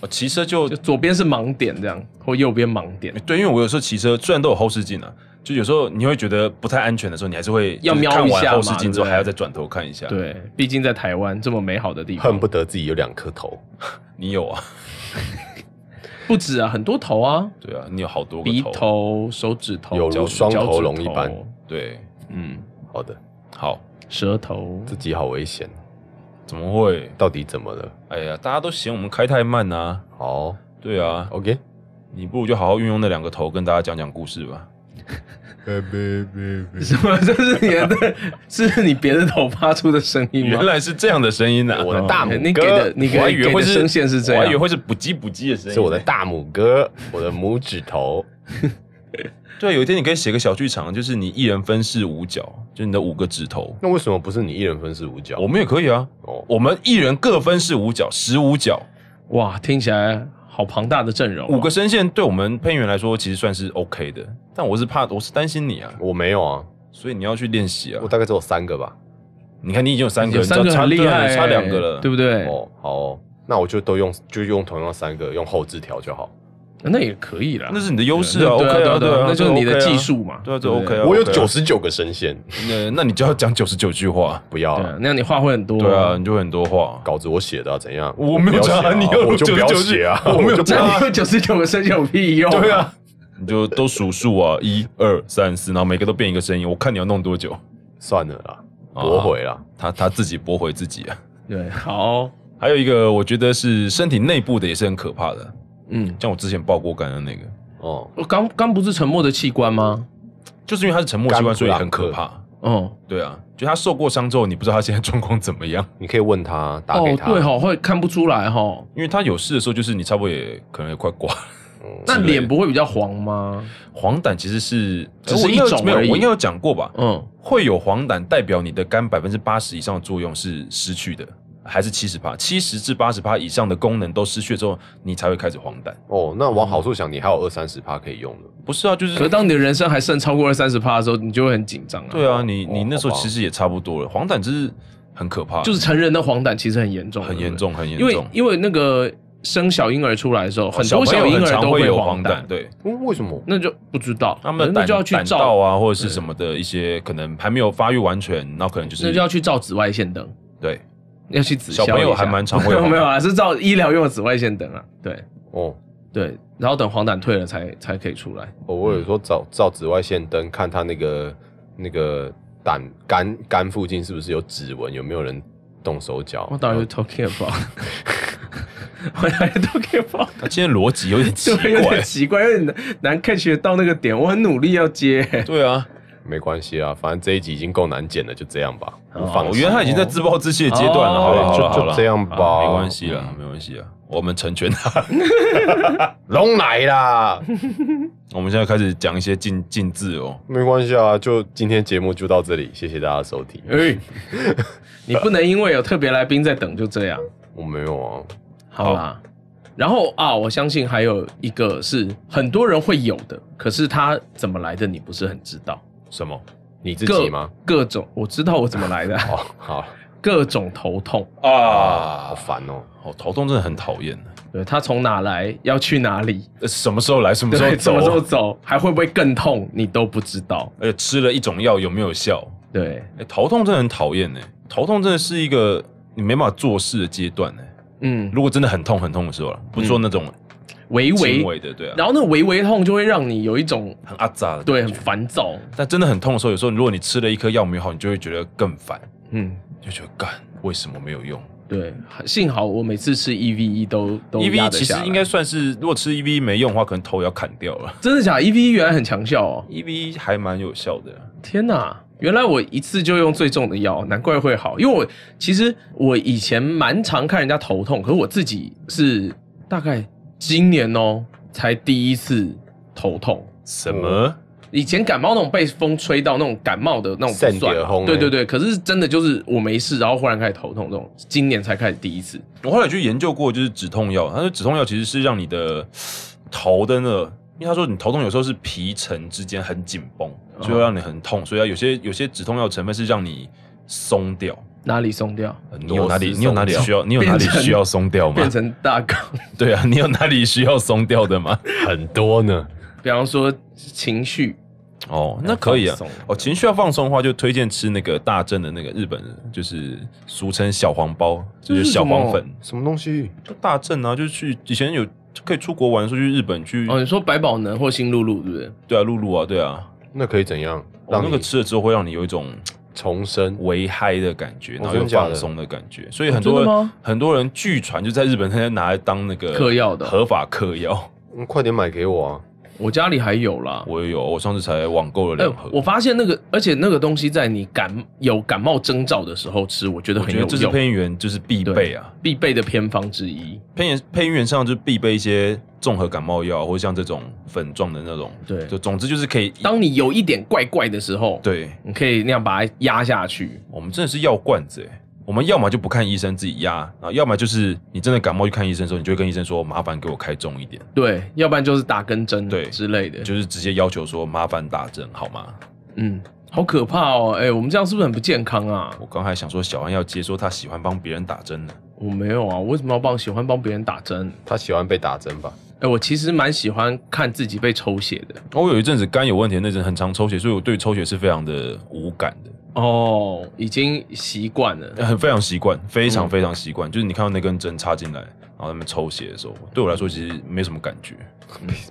[SPEAKER 2] 我哦骑车就
[SPEAKER 1] 就左边是盲点这样，或右边盲点，
[SPEAKER 2] 对，因为我有时候骑车虽然都有后视镜啊，就有时候你会觉得不太安全的时候，你还是会
[SPEAKER 1] 要
[SPEAKER 2] 就是
[SPEAKER 1] 瞄
[SPEAKER 2] 看
[SPEAKER 1] 一
[SPEAKER 2] 完
[SPEAKER 1] 下
[SPEAKER 2] 后
[SPEAKER 1] 嘛
[SPEAKER 2] 视镜之后
[SPEAKER 1] 对不对
[SPEAKER 2] 还要再转头看一下。，
[SPEAKER 1] 对，毕竟在台湾这么美好的地方，
[SPEAKER 3] 恨不得自己有两颗头。
[SPEAKER 2] 你有啊？
[SPEAKER 1] 不止啊，很多头啊，
[SPEAKER 2] 对啊，你有好多个
[SPEAKER 1] 鼻头、手指头，
[SPEAKER 3] 有如
[SPEAKER 1] 脚
[SPEAKER 3] 双头
[SPEAKER 1] 脚趾
[SPEAKER 3] 龙一般
[SPEAKER 2] 对，
[SPEAKER 1] 嗯，
[SPEAKER 3] 好的，
[SPEAKER 2] 好，
[SPEAKER 1] 舌头
[SPEAKER 3] 自己好危险，
[SPEAKER 2] 怎么会？
[SPEAKER 3] 到底怎么了？
[SPEAKER 2] 哎呀，大家都嫌我们开太慢啊。
[SPEAKER 3] 好
[SPEAKER 2] 对啊，
[SPEAKER 3] ，OK，
[SPEAKER 2] 你不如就好好运用那两个头，跟大家讲讲故事吧。
[SPEAKER 1] 什么？这是你 的，是你别的头发出的声音吗哎
[SPEAKER 2] 原？来是这样的声音啊！
[SPEAKER 3] 我的大拇哥，
[SPEAKER 1] 你给的，你给
[SPEAKER 2] 我还
[SPEAKER 1] 的
[SPEAKER 2] 以为
[SPEAKER 1] 给
[SPEAKER 2] 会
[SPEAKER 1] 的
[SPEAKER 2] 是
[SPEAKER 1] 声线是这
[SPEAKER 2] 我还以为
[SPEAKER 1] 样。
[SPEAKER 2] 会是补叽补叽的声音。
[SPEAKER 3] 是我的大拇哥，我的拇指头。
[SPEAKER 2] 对，有一天你可以写个小剧场，就是你一人分饰五角，就你的五个指头。
[SPEAKER 3] 那为什么不是你一人分饰五角？
[SPEAKER 2] 我们也可以啊，
[SPEAKER 3] 哦，
[SPEAKER 2] 我们一人各分饰五角，十五角，
[SPEAKER 1] 哇，听起来好庞大的阵容哦，
[SPEAKER 2] 五个声线对我们配音员来说其实算是 OK 的。但我是怕，我是担心你啊，
[SPEAKER 3] 我没有啊，
[SPEAKER 2] 所以你要去练习啊
[SPEAKER 3] 我。大概只有三个吧。
[SPEAKER 2] 你看你已经有三个，
[SPEAKER 1] 有
[SPEAKER 2] 你知道
[SPEAKER 1] 三个
[SPEAKER 2] 差
[SPEAKER 1] 很厉害，
[SPEAKER 2] 差两个了，
[SPEAKER 1] 对不对？
[SPEAKER 3] 哦，好哦那我就都用，就用同样三个，用后置调就好。
[SPEAKER 1] 那也可以啦，
[SPEAKER 2] 那是你的优势
[SPEAKER 1] 对
[SPEAKER 2] 啊
[SPEAKER 1] 啊
[SPEAKER 2] ，OK
[SPEAKER 1] 对啊
[SPEAKER 2] 啊，
[SPEAKER 1] 对啊
[SPEAKER 2] 对啊，
[SPEAKER 1] 那就是
[SPEAKER 2] 这
[SPEAKER 1] 你的
[SPEAKER 2] OK 啊
[SPEAKER 1] 技术嘛
[SPEAKER 2] 对啊，这
[SPEAKER 1] 对不对
[SPEAKER 2] OK 啊，
[SPEAKER 3] 我有
[SPEAKER 2] OK 啊
[SPEAKER 3] 九，十九个声线，
[SPEAKER 2] 那那你就要讲九十九句话，
[SPEAKER 3] 不要
[SPEAKER 1] 对
[SPEAKER 3] 了
[SPEAKER 1] 啊，。那样你话会很多。
[SPEAKER 2] 对啊，，你就会很多话。
[SPEAKER 3] 稿子我写的、啊，怎样？
[SPEAKER 2] 我没有
[SPEAKER 3] 不要写
[SPEAKER 2] 查
[SPEAKER 3] 啊
[SPEAKER 2] 你有
[SPEAKER 3] 我就不要
[SPEAKER 2] 99
[SPEAKER 3] 写啊，
[SPEAKER 2] 我没有
[SPEAKER 3] 就不
[SPEAKER 2] 查
[SPEAKER 3] 要
[SPEAKER 1] 那你有九十九个声线有屁用？
[SPEAKER 2] 对，啊，你就都数数啊，一二三四，然后每个都变一个声音，我看你要弄多久。
[SPEAKER 3] 算了啦，
[SPEAKER 2] 啊
[SPEAKER 3] 驳回啦。
[SPEAKER 2] 他他自己驳回自己啊。
[SPEAKER 1] 对，好，
[SPEAKER 2] 还有一个，我觉得是身体内部的，也是很可怕的，
[SPEAKER 1] 嗯，
[SPEAKER 2] 像我之前爆过肝的那个，
[SPEAKER 3] 哦，
[SPEAKER 1] 我刚刚不是沉默的器官吗？
[SPEAKER 2] 就是因为他是沉默器
[SPEAKER 3] 肝
[SPEAKER 2] 官，
[SPEAKER 3] 不
[SPEAKER 2] 所以
[SPEAKER 3] 朗
[SPEAKER 2] 很可
[SPEAKER 3] 克
[SPEAKER 2] 怕。
[SPEAKER 1] 哦，
[SPEAKER 2] 对啊，就他受过伤之后，你不知道他现在状况怎么样，
[SPEAKER 3] 你可以问他，打
[SPEAKER 1] 哦
[SPEAKER 3] 给，他。
[SPEAKER 1] 对哦，会看不出来哦。
[SPEAKER 2] 因为他有事的时候，就是你差不多也可能也快挂。
[SPEAKER 3] 嗯
[SPEAKER 1] 那
[SPEAKER 2] 之类的
[SPEAKER 1] 脸不会比较黄吗？
[SPEAKER 2] 黄疸其实是
[SPEAKER 1] 只是
[SPEAKER 2] 我应该有
[SPEAKER 1] 一种
[SPEAKER 2] 没有，
[SPEAKER 1] 而已
[SPEAKER 2] 我应该有讲过吧？
[SPEAKER 1] 嗯，
[SPEAKER 2] 会有黄疸，代表你的肝百分之八十以上的作用是失去的，还是七十趴？七十至八十趴以上的功能都失去之后，你才会开始黄疸。
[SPEAKER 3] 哦，那往好处想，你还有二三十趴可以用的。
[SPEAKER 2] 不是啊，就是
[SPEAKER 1] 可是当你的人生还剩超过二三十趴的时候，你就会很紧张啊。
[SPEAKER 2] 对啊，你
[SPEAKER 3] 哦
[SPEAKER 2] 你那时候
[SPEAKER 3] 好吧
[SPEAKER 2] 其实也差不多了。黄疸就是很可怕，
[SPEAKER 1] 就是成人的黄疸其实很严重，
[SPEAKER 2] 很严
[SPEAKER 1] 对
[SPEAKER 2] 重，很严
[SPEAKER 1] 不对。因为
[SPEAKER 2] 重。
[SPEAKER 1] 因为那个生小婴儿出来的时候，很多
[SPEAKER 2] 朋友
[SPEAKER 1] 小婴
[SPEAKER 2] 很
[SPEAKER 1] 儿
[SPEAKER 2] 常
[SPEAKER 1] 都
[SPEAKER 2] 会有
[SPEAKER 1] 黄
[SPEAKER 2] 疸，，对，
[SPEAKER 3] 嗯，为什么？
[SPEAKER 1] 那就不知道，
[SPEAKER 2] 他们的
[SPEAKER 1] 那
[SPEAKER 2] 胆
[SPEAKER 1] 就要去
[SPEAKER 2] 胆道
[SPEAKER 1] 照，
[SPEAKER 2] 啊，或者是什么的一些可能还没有发育完全，然后可能就是
[SPEAKER 1] 那就要去照紫外线灯，
[SPEAKER 2] 对
[SPEAKER 1] 要去紫
[SPEAKER 2] 小朋友 还蛮常会
[SPEAKER 1] 有
[SPEAKER 2] 有
[SPEAKER 1] 没有啊？是照医疗用的紫外线灯啊，对
[SPEAKER 3] 哦，
[SPEAKER 1] 对，然后等黄疸退了才才可以出来。
[SPEAKER 3] 哦我有说
[SPEAKER 2] 嗯
[SPEAKER 3] 照照紫外线灯，看他那个那个胆肝肝附近是不是有指纹，有没有人动手脚？哦
[SPEAKER 1] What are you talking about? What are you talking about?
[SPEAKER 2] 他今天逻辑有点奇
[SPEAKER 1] 对，有
[SPEAKER 2] 怪
[SPEAKER 1] 点，奇怪，有点难 catch 得到那个点。我很努力要接，
[SPEAKER 2] 对啊，
[SPEAKER 3] 没关系啊，反正这一集已经够难剪了，就这样吧。
[SPEAKER 1] 哦
[SPEAKER 3] 放
[SPEAKER 2] 我原来已经在自暴自弃的阶段了，
[SPEAKER 1] 哦
[SPEAKER 2] 好了好
[SPEAKER 3] 就
[SPEAKER 2] 了好了，
[SPEAKER 3] 就这样吧
[SPEAKER 2] 啊没关系啦，没关系啦，我们成全他。
[SPEAKER 3] 龙来啦，
[SPEAKER 2] 我们现在开始讲一些禁禁字哦，
[SPEAKER 3] 没关系啊，就今天节目就到这里，谢谢大家的收听。
[SPEAKER 2] 呃
[SPEAKER 1] 哎，你不能因为有特别来宾在等就这样，
[SPEAKER 3] 我没有啊，
[SPEAKER 1] 好啦。然后啊，我相信还有一个是很多人会有的，可是他怎么来的你不是很知道。
[SPEAKER 3] 什么？你自
[SPEAKER 1] 各
[SPEAKER 3] 己吗？
[SPEAKER 1] 各种，我知道我怎么来的，
[SPEAKER 3] 哦，好
[SPEAKER 1] 各种头痛。
[SPEAKER 3] 啊，好烦哦。
[SPEAKER 2] 哦，头痛真的很讨厌。
[SPEAKER 1] 对他从哪来，要去哪里，
[SPEAKER 2] 呃什么时候来，什么时候
[SPEAKER 1] 对，什
[SPEAKER 2] 走啊
[SPEAKER 1] 么时候，走，还会不会更痛，你都不知道。
[SPEAKER 2] 而且吃了一种药有没有效？
[SPEAKER 1] 对，
[SPEAKER 2] 哎、头痛真的很讨厌呢。哎头痛真的是一个你没办法做事的阶段呢。
[SPEAKER 1] 嗯，
[SPEAKER 2] 如果真的很痛很痛的时候了，不做那种
[SPEAKER 1] 微微，
[SPEAKER 2] 轻微的，对啊，
[SPEAKER 1] 然后那微微痛就会让你有一种
[SPEAKER 2] 很阿杂的，
[SPEAKER 1] 对很。烦躁，
[SPEAKER 2] 但真的很痛的时候，有时候如果你吃了一颗药没有好，你就会觉得更烦，
[SPEAKER 1] 嗯，
[SPEAKER 2] 就觉得干为什么没有用
[SPEAKER 1] 对，幸好我每次吃 E V E 都都
[SPEAKER 2] ？E V
[SPEAKER 1] 压得
[SPEAKER 2] 其
[SPEAKER 1] 下
[SPEAKER 2] 实
[SPEAKER 1] 来
[SPEAKER 2] 应该算是，如果吃 E V 没用的话，可能头也要砍掉了。
[SPEAKER 1] 真的假的？E V E 原来很强效哦！
[SPEAKER 2] E V 还蛮有效的，
[SPEAKER 1] 天哪，原来我一次就用最重的药，难怪会好。因为我其实我以前蛮常看人家头痛，可是我自己是大概今年哦才第一次头痛。
[SPEAKER 2] 什么？
[SPEAKER 1] 以前感冒那种被风吹到那种感冒的那种不
[SPEAKER 3] 散
[SPEAKER 1] 算
[SPEAKER 3] 点
[SPEAKER 1] 嘛，
[SPEAKER 3] 轰
[SPEAKER 1] 对
[SPEAKER 3] 欸
[SPEAKER 1] 对对。可是真的就是我没事，然后忽然开始头痛，这种今年才开始第一次。
[SPEAKER 2] 我后来去研究过，就是止痛药，他说止痛药其实是让你的头的那个，因为他说你头痛有时候是皮层之间很紧绷，所以会让你很痛，所以要有些有些止痛药成分是让你松掉。
[SPEAKER 1] 哪里松掉？
[SPEAKER 2] 呃你有哪里？
[SPEAKER 3] 螺丝
[SPEAKER 2] 你有哪里
[SPEAKER 3] 松掉
[SPEAKER 2] 需要？你有哪里
[SPEAKER 1] 变成
[SPEAKER 2] 需要松掉吗
[SPEAKER 1] 变？成大纲。
[SPEAKER 2] 对啊，你有哪里需要松掉的吗？
[SPEAKER 3] 很多呢，
[SPEAKER 1] 比方说情绪，
[SPEAKER 2] 哦，那可以啊
[SPEAKER 1] 放松。
[SPEAKER 2] 哦，情绪要放松的话，就推荐吃那个大正的那个日本，就是俗称小黄包，
[SPEAKER 1] 这
[SPEAKER 2] 就
[SPEAKER 1] 是
[SPEAKER 2] 是小黄
[SPEAKER 1] 什
[SPEAKER 2] 粉，
[SPEAKER 3] 什么东西？
[SPEAKER 2] 就大正啊，就是去以前有可以出国玩的时候去日本去，
[SPEAKER 1] 哦，你说百宝能或新露露，对不对？
[SPEAKER 2] 对啊，露露啊，对啊，
[SPEAKER 3] 哦那可以怎样？
[SPEAKER 1] 哦
[SPEAKER 2] 我
[SPEAKER 3] 让
[SPEAKER 2] 那
[SPEAKER 3] 你
[SPEAKER 2] 个吃了之后会让你有一种
[SPEAKER 3] 重生？
[SPEAKER 2] 微嗨的感觉，
[SPEAKER 1] 哦
[SPEAKER 2] 然后
[SPEAKER 3] 真
[SPEAKER 2] 又
[SPEAKER 3] 的假的
[SPEAKER 2] 放松的感觉，所以很多
[SPEAKER 1] 真的
[SPEAKER 2] 人
[SPEAKER 1] 吗
[SPEAKER 2] 很多人据传就在日本，他在拿来当那个
[SPEAKER 1] 嗑药的
[SPEAKER 2] 合法嗑药。
[SPEAKER 3] 嗯快点买给我啊！
[SPEAKER 1] 我家里还有啦。
[SPEAKER 2] 我也有，我上次才网购了
[SPEAKER 1] 哎
[SPEAKER 2] 两盒。
[SPEAKER 1] 我发现那个，而且那个东西在你感有感冒征兆的时候吃，我觉得
[SPEAKER 2] 我
[SPEAKER 1] 很
[SPEAKER 2] 觉得
[SPEAKER 1] 有
[SPEAKER 2] 这是
[SPEAKER 1] 用，
[SPEAKER 2] 配音员就是必备啊，
[SPEAKER 1] 必备的偏方之一。
[SPEAKER 2] 配音配音员上就必备一些综合感冒药，或者像这种粉状的那种，
[SPEAKER 1] 对
[SPEAKER 2] 就总之就是可以
[SPEAKER 1] 当你有一点怪怪的时候，，
[SPEAKER 2] 对
[SPEAKER 1] 你可以那样把它压下去。
[SPEAKER 2] 我们真的是药罐子、欸，我们要么就不看医生自己压，然后要么就是你真的感冒去看医生的时候，你就会跟医生说麻烦给我开重一点。
[SPEAKER 1] 对，要不然就是打根针，
[SPEAKER 2] 对
[SPEAKER 1] 之类的。
[SPEAKER 2] 就是直接要求说麻烦打针好吗？
[SPEAKER 1] 嗯，好可怕哦！哎、我们这样是不是很不健康啊？
[SPEAKER 2] 我刚还想说小安要接说他喜欢帮别人打针呢，
[SPEAKER 1] 我没有啊，我为什么要帮喜欢帮别人打针？
[SPEAKER 3] 他喜欢被打针吧？
[SPEAKER 1] 哎、我其实蛮喜欢看自己被抽血的。
[SPEAKER 2] 哦我有一阵子肝有问题，那阵很常抽血，所以我对抽血是非常的无感的，
[SPEAKER 1] 哦，已经习惯了。
[SPEAKER 2] 呃很非常习惯，非常
[SPEAKER 1] 嗯
[SPEAKER 2] 非常习惯。就是你看到那根针插进来，然后他们抽血的时候，对我来说其实没什么感觉，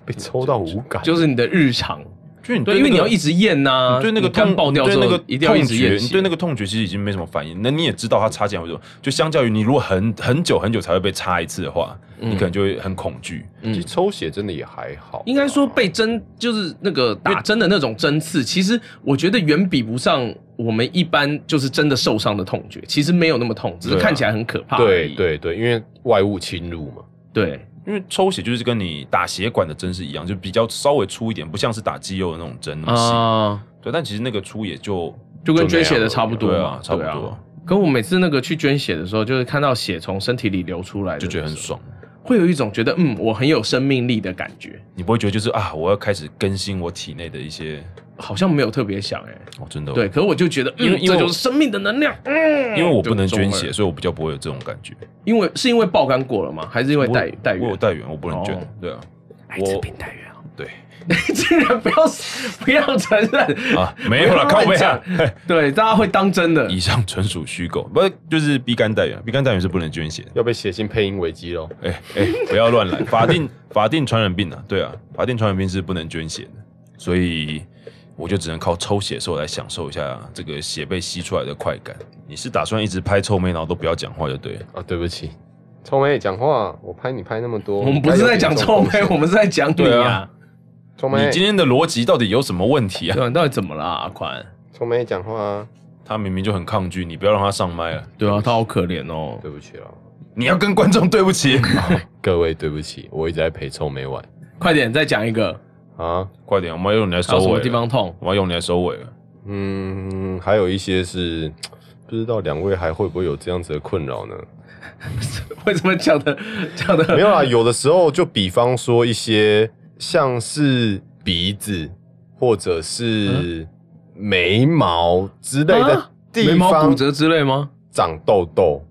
[SPEAKER 3] 被抽到无感，
[SPEAKER 1] 就是你的日常，
[SPEAKER 2] 就是你
[SPEAKER 1] 对，
[SPEAKER 2] 那
[SPEAKER 1] 因
[SPEAKER 2] 个
[SPEAKER 1] 为你要一直验呐、
[SPEAKER 2] 你对那个
[SPEAKER 1] 你肝
[SPEAKER 2] 痛
[SPEAKER 1] 爆掉
[SPEAKER 2] 你
[SPEAKER 1] 之
[SPEAKER 2] 对
[SPEAKER 1] 后，
[SPEAKER 2] 那个
[SPEAKER 1] 一定要一
[SPEAKER 2] 痛
[SPEAKER 1] 直验
[SPEAKER 2] 觉，你
[SPEAKER 1] 血。
[SPEAKER 2] 对那个痛觉其实已经没什么反应。那你也知道它插进来会怎么，就相较于你如果很很久很久才会被插一次的话，你可能就会很恐惧。
[SPEAKER 1] 嗯
[SPEAKER 3] 其实抽血真的也还好，啊
[SPEAKER 1] 应该说被针就是那个打针的那种针刺，其实我觉得远比不上我们一般就是真的受伤的痛觉，其实没有那么痛，只是
[SPEAKER 2] 对啊
[SPEAKER 1] 看起来很可怕而
[SPEAKER 3] 对
[SPEAKER 1] 已。
[SPEAKER 3] 对对，因为外物侵入嘛。
[SPEAKER 1] 对
[SPEAKER 2] 因为抽血就是跟你打血管的针是一样，就比较稍微粗一点，不像是打肌肉的那种针那么细。
[SPEAKER 1] 啊，
[SPEAKER 2] 对，但其实那个粗也嗯就
[SPEAKER 1] 就跟
[SPEAKER 3] 就那
[SPEAKER 1] 捐
[SPEAKER 3] 样
[SPEAKER 1] 血的
[SPEAKER 3] 了
[SPEAKER 1] 差不多
[SPEAKER 2] 对
[SPEAKER 1] 嘛
[SPEAKER 2] 啊，，差不
[SPEAKER 1] 对啊
[SPEAKER 2] 多，
[SPEAKER 1] 可我每次那个去捐血的时候，就是看到血从身体里流出来，
[SPEAKER 2] 就觉得很，爽。
[SPEAKER 1] 会有一种觉得嗯，我很有生命力的感觉。
[SPEAKER 2] 你不会觉得就是啊，我要开始更新我体内的一些
[SPEAKER 1] 好像没有特别想哎、
[SPEAKER 2] 哦，真的、
[SPEAKER 1] 对，，可是我就觉得，
[SPEAKER 2] 因为
[SPEAKER 1] 嗯，
[SPEAKER 2] 因为
[SPEAKER 1] 这
[SPEAKER 2] 我
[SPEAKER 1] 就是生命的能量。嗯，
[SPEAKER 2] 因为我不能捐
[SPEAKER 1] 就中
[SPEAKER 2] 血，
[SPEAKER 1] 了，
[SPEAKER 2] 所以我比较不会有这种感觉。
[SPEAKER 1] 因为是因为爆肝过了吗？还是因为
[SPEAKER 2] 我
[SPEAKER 1] 代代
[SPEAKER 2] 我有
[SPEAKER 1] 孕？
[SPEAKER 2] 代源，我不能捐。
[SPEAKER 1] 哦
[SPEAKER 2] 对啊，
[SPEAKER 1] 艾
[SPEAKER 2] 我
[SPEAKER 1] 滋病代孕啊！
[SPEAKER 2] 对
[SPEAKER 1] 你竟然不要 不要承认
[SPEAKER 2] 啊，没 有了，靠
[SPEAKER 1] 不
[SPEAKER 2] 背
[SPEAKER 1] 要
[SPEAKER 2] 啊
[SPEAKER 1] 乱。讲。对，大家会当真的
[SPEAKER 2] 以。上纯属虚构，不是就是逼肝代源，逼肝代源是不能捐血的。
[SPEAKER 3] 要被写进配音危机喽。
[SPEAKER 2] 哎、哎、不要乱来， 法定法定传染病啊，对啊，法定传染病是不能捐血的，所以我就只能靠抽血的时候来享受一下这个血被吸出来的快感。你是打算一直拍臭妹，然后都不要讲话就对了。
[SPEAKER 3] 啊，对不起，臭妹讲话，我拍你拍那么多，
[SPEAKER 1] 我们不是在讲臭妹，我们是在讲你
[SPEAKER 2] 对
[SPEAKER 1] 啊
[SPEAKER 2] 啊。
[SPEAKER 3] 从
[SPEAKER 2] 你
[SPEAKER 3] 没
[SPEAKER 2] 今天的逻辑到底有什么问题啊
[SPEAKER 1] 对？吧？你到底怎么啦，阿宽？
[SPEAKER 3] 从没讲话啊，
[SPEAKER 2] 他明明就很抗拒，你不要让他上麦了。
[SPEAKER 1] 对啊，他好可怜哦。
[SPEAKER 3] 对不起了，
[SPEAKER 2] 你要跟观众对不 起，
[SPEAKER 3] 各位对不起，我一直在陪臭美晚
[SPEAKER 1] 快点再讲一个，
[SPEAKER 3] 啊。
[SPEAKER 2] 快啊点，我们要用你来
[SPEAKER 1] 还
[SPEAKER 2] 收
[SPEAKER 1] 有什
[SPEAKER 2] 尾
[SPEAKER 1] 么
[SPEAKER 2] 了。
[SPEAKER 1] 地方痛？
[SPEAKER 2] 我要用你来收尾了。
[SPEAKER 3] 嗯，还有一些是不知道两位还会不会有这样子的困扰呢？
[SPEAKER 1] 为什么讲的讲的
[SPEAKER 3] 没有啦，有的时候就比方说一些像是鼻子或者是眉毛之类的
[SPEAKER 1] 啊
[SPEAKER 3] 地
[SPEAKER 1] 眉毛骨
[SPEAKER 3] 方
[SPEAKER 1] 折之类吗？
[SPEAKER 3] 长痘痘。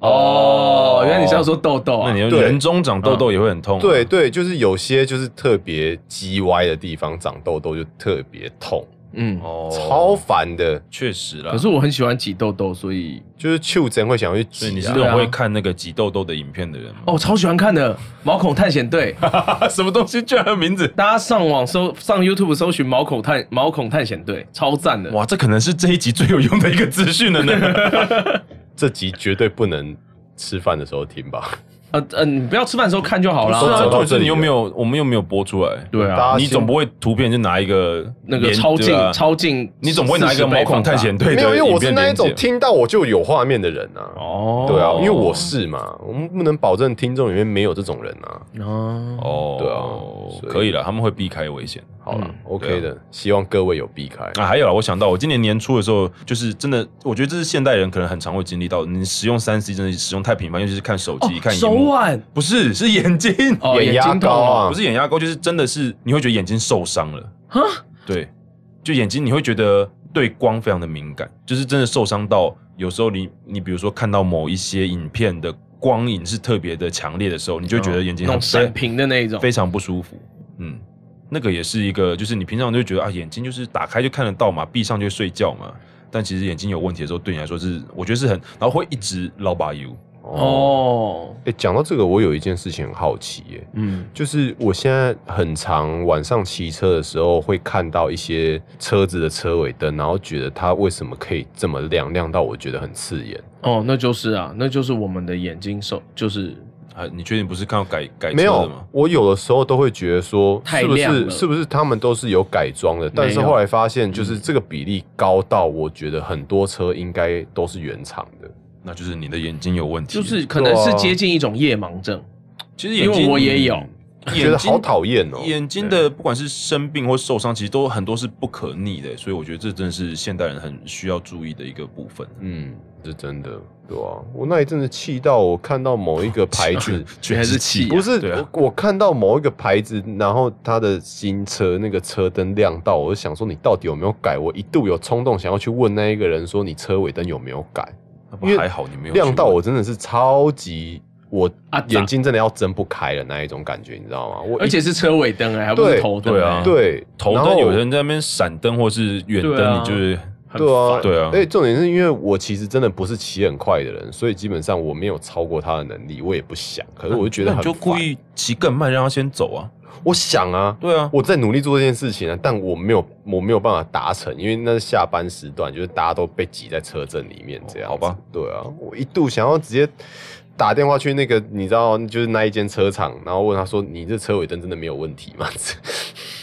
[SPEAKER 1] 哦，原来你是要说痘痘
[SPEAKER 2] 那
[SPEAKER 1] 啊
[SPEAKER 2] 你？的
[SPEAKER 3] 对
[SPEAKER 2] 人中长痘痘也会很痛、啊
[SPEAKER 3] 对，对，就是有些就是特别叽歪的地方长痘痘就特别痛，
[SPEAKER 1] 嗯，
[SPEAKER 2] 哦，
[SPEAKER 3] 超烦的。
[SPEAKER 2] 确实啦。
[SPEAKER 1] 可是我很喜欢挤痘痘，所以
[SPEAKER 3] 就是丘真会想要去
[SPEAKER 2] 所以你
[SPEAKER 3] 挤
[SPEAKER 2] 是
[SPEAKER 3] 啊
[SPEAKER 2] 那，
[SPEAKER 1] 对
[SPEAKER 2] 种
[SPEAKER 1] 啊
[SPEAKER 2] 会看那个挤痘痘的影片的人吗？
[SPEAKER 1] 哦，我超喜欢看的《毛孔探险队》，
[SPEAKER 2] 什么东西居然有名字？
[SPEAKER 1] 大家上网搜上 YouTube 搜寻毛孔探毛孔探险队，超赞的。
[SPEAKER 2] 哇，这可能是这一集最有用的一个资讯 了呢。
[SPEAKER 3] 这集绝对不能吃饭的时候听吧？
[SPEAKER 1] 呃呃，你不要吃饭的时候看就好
[SPEAKER 3] 不是
[SPEAKER 2] 对啊，
[SPEAKER 3] 啊
[SPEAKER 1] 了。
[SPEAKER 3] 走
[SPEAKER 2] 重
[SPEAKER 3] 到
[SPEAKER 2] 点
[SPEAKER 3] 这
[SPEAKER 2] 是
[SPEAKER 3] 里
[SPEAKER 2] 你又
[SPEAKER 3] 了
[SPEAKER 2] 没有，我们又没有播出来。
[SPEAKER 1] 对
[SPEAKER 3] 大
[SPEAKER 1] 啊
[SPEAKER 3] 家，
[SPEAKER 2] 你总不会图片就拿一个
[SPEAKER 1] 那个
[SPEAKER 2] 连
[SPEAKER 1] 超
[SPEAKER 2] 对
[SPEAKER 1] 近
[SPEAKER 2] 啊
[SPEAKER 1] 超近，
[SPEAKER 2] 你总不会拿一个
[SPEAKER 1] 40
[SPEAKER 2] 毛
[SPEAKER 1] 倍
[SPEAKER 2] 孔
[SPEAKER 1] 放大
[SPEAKER 2] 探险队的
[SPEAKER 3] 没有，因为我
[SPEAKER 2] 影
[SPEAKER 3] 是
[SPEAKER 2] 片
[SPEAKER 3] 那一
[SPEAKER 2] 连
[SPEAKER 3] 种
[SPEAKER 2] 接？
[SPEAKER 3] 听到我就有画面的人啊。
[SPEAKER 1] 哦，
[SPEAKER 3] 对啊，因为我是嘛，我们不能保证听众里面没有这种人啊。
[SPEAKER 1] 哦，
[SPEAKER 2] 哦，
[SPEAKER 3] 对啊所以
[SPEAKER 2] 可以了，他们会避开危险。
[SPEAKER 3] 好了、
[SPEAKER 1] 嗯
[SPEAKER 3] o
[SPEAKER 2] 对
[SPEAKER 3] k
[SPEAKER 2] 啊
[SPEAKER 3] 的，希望各位有避开。
[SPEAKER 2] 啊，还有啦，我想到我今年年初的时候，就是真的，我觉得这是现代人可能很常会经历到，你使用三 C 真的使用太频繁，尤其是看手机、看荧
[SPEAKER 1] 哦手
[SPEAKER 2] 幕，
[SPEAKER 1] 腕
[SPEAKER 2] 不是是眼睛，
[SPEAKER 1] 哦，
[SPEAKER 3] 眼
[SPEAKER 1] 眼
[SPEAKER 3] 压
[SPEAKER 1] 睛痛
[SPEAKER 3] 高啊
[SPEAKER 1] 哦，
[SPEAKER 2] 不是眼压高，就是真的是你会觉得眼睛受伤了，
[SPEAKER 1] 哈，
[SPEAKER 2] 对，就眼睛你会觉得对光非常的敏感，就是真的受伤到有时候你你比如说看到某一些影片的光影是特别的强烈的时候，你就会觉得眼睛
[SPEAKER 1] 哦那种
[SPEAKER 2] 很
[SPEAKER 1] 闪屏的那一种，
[SPEAKER 2] 非常不舒服。嗯，那个也是一个，就是你平常就会觉得啊，眼睛就是打开就看得到嘛，闭上就会睡觉嘛。但其实眼睛有问题的时候，对你来说是，我觉得是很，然后会一直老把油。
[SPEAKER 3] 哦，
[SPEAKER 1] 哦，
[SPEAKER 3] 哎、讲到这个，我有一件事情很好奇、耶，
[SPEAKER 1] 嗯，
[SPEAKER 3] 就是我现在很常晚上骑车的时候会看到一些车子的车尾灯，然后觉得它为什么可以这么亮，亮到我觉得很刺眼。
[SPEAKER 1] 哦，那就是啊，那就是我们的眼睛手就是
[SPEAKER 2] 啊，你确定不是看到改改车
[SPEAKER 3] 没
[SPEAKER 2] 的
[SPEAKER 3] 有
[SPEAKER 2] 吗？，
[SPEAKER 3] 我有的时候都会觉得说，
[SPEAKER 1] 太
[SPEAKER 3] 是不
[SPEAKER 1] 亮
[SPEAKER 3] 是
[SPEAKER 1] 了
[SPEAKER 3] 是不是他们都是有改装的？但是
[SPEAKER 1] 没有
[SPEAKER 3] 后来发现，
[SPEAKER 2] 嗯
[SPEAKER 3] 就是这个比例高到我觉得很多车应该都是原厂的。
[SPEAKER 2] 那就是你的眼睛有问题。
[SPEAKER 1] 就是可能是
[SPEAKER 3] 对啊嗯
[SPEAKER 1] 接近一种夜盲症，
[SPEAKER 2] 其实眼
[SPEAKER 1] 因
[SPEAKER 2] 睛嗯
[SPEAKER 1] 为我也有，
[SPEAKER 3] 觉得好讨厌哦
[SPEAKER 2] 眼睛的不管是生病或受伤，其实都很多是不可逆的，所以我觉得这真的是现代人很需要注意的一个部分。，
[SPEAKER 3] 嗯，是真的，对啊，我那一阵子气到我看到某一个牌子
[SPEAKER 2] 居然是气
[SPEAKER 3] 不是
[SPEAKER 2] 对啊
[SPEAKER 3] 我我看到某一个牌子，然后它的新车那个车灯亮到，我就想说你到底有没有改？我一度有冲动想要去问那一个人说你车尾灯有没有改，
[SPEAKER 2] 那不
[SPEAKER 3] 因为
[SPEAKER 2] 还好你没有去
[SPEAKER 3] 亮到
[SPEAKER 2] 问
[SPEAKER 3] 我真的是超级。我
[SPEAKER 1] 啊
[SPEAKER 3] 眼睛真的要睁不开了那一种感觉，你知道吗？我一
[SPEAKER 1] 而且是车尾灯哎，还不是
[SPEAKER 3] 对
[SPEAKER 1] 头灯
[SPEAKER 2] 对
[SPEAKER 1] 哎
[SPEAKER 2] 啊，
[SPEAKER 3] 对
[SPEAKER 2] 头
[SPEAKER 3] 然
[SPEAKER 2] 灯
[SPEAKER 3] 后
[SPEAKER 2] 有人在那边闪灯或是远
[SPEAKER 1] 对啊
[SPEAKER 2] 灯，你就是
[SPEAKER 1] 很
[SPEAKER 3] 对啊，
[SPEAKER 1] 烦
[SPEAKER 2] 对啊
[SPEAKER 3] 而且重点是因为我其实真的不是骑很快的人，所以基本上我没有超过他的能力，我也不想。可是我就觉得
[SPEAKER 2] 那你
[SPEAKER 3] 很
[SPEAKER 2] 就故
[SPEAKER 3] 烦。
[SPEAKER 2] 意骑更慢，让他先走啊。
[SPEAKER 3] 我想啊，
[SPEAKER 2] 对啊，
[SPEAKER 3] 我在努力做这件事情啊，但我没有，我没有办法达成，因为那是下班时段，就是大家都被挤在车阵里面这样、
[SPEAKER 2] 哦好吧？
[SPEAKER 3] 对啊，我一度想要直接打电话去那个，你知道，就是那一间车厂，然后问他说：“你这车尾灯真的没有问题吗？”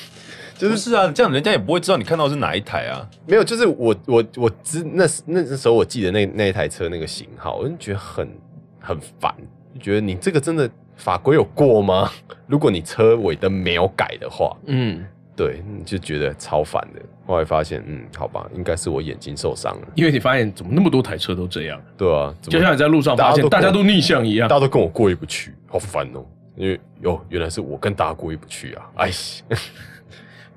[SPEAKER 3] 就
[SPEAKER 2] 不
[SPEAKER 3] 是
[SPEAKER 2] 是啊，这样人家也不会知道你看到的是哪一台啊。
[SPEAKER 3] 没有，就是我我我知那时那时候我记得那那一台车那个型号，我就觉得很很烦，就觉得你这个真的法规有过吗？如果你车尾灯没有改的话，
[SPEAKER 1] 嗯，
[SPEAKER 3] 对，你就觉得超烦的。后来发现，嗯，好吧，应该是我眼睛受伤了，
[SPEAKER 1] 因为你发现怎么那么多台车都这样，
[SPEAKER 3] 对啊，怎
[SPEAKER 1] 就
[SPEAKER 3] 么
[SPEAKER 1] 像你在路上发现大
[SPEAKER 3] 大家
[SPEAKER 1] 家
[SPEAKER 3] 都
[SPEAKER 1] 都逆向一样
[SPEAKER 3] 大，家都跟我过意不去，好烦哦、因为哟，原来是我跟大家过意不去 啊！哎，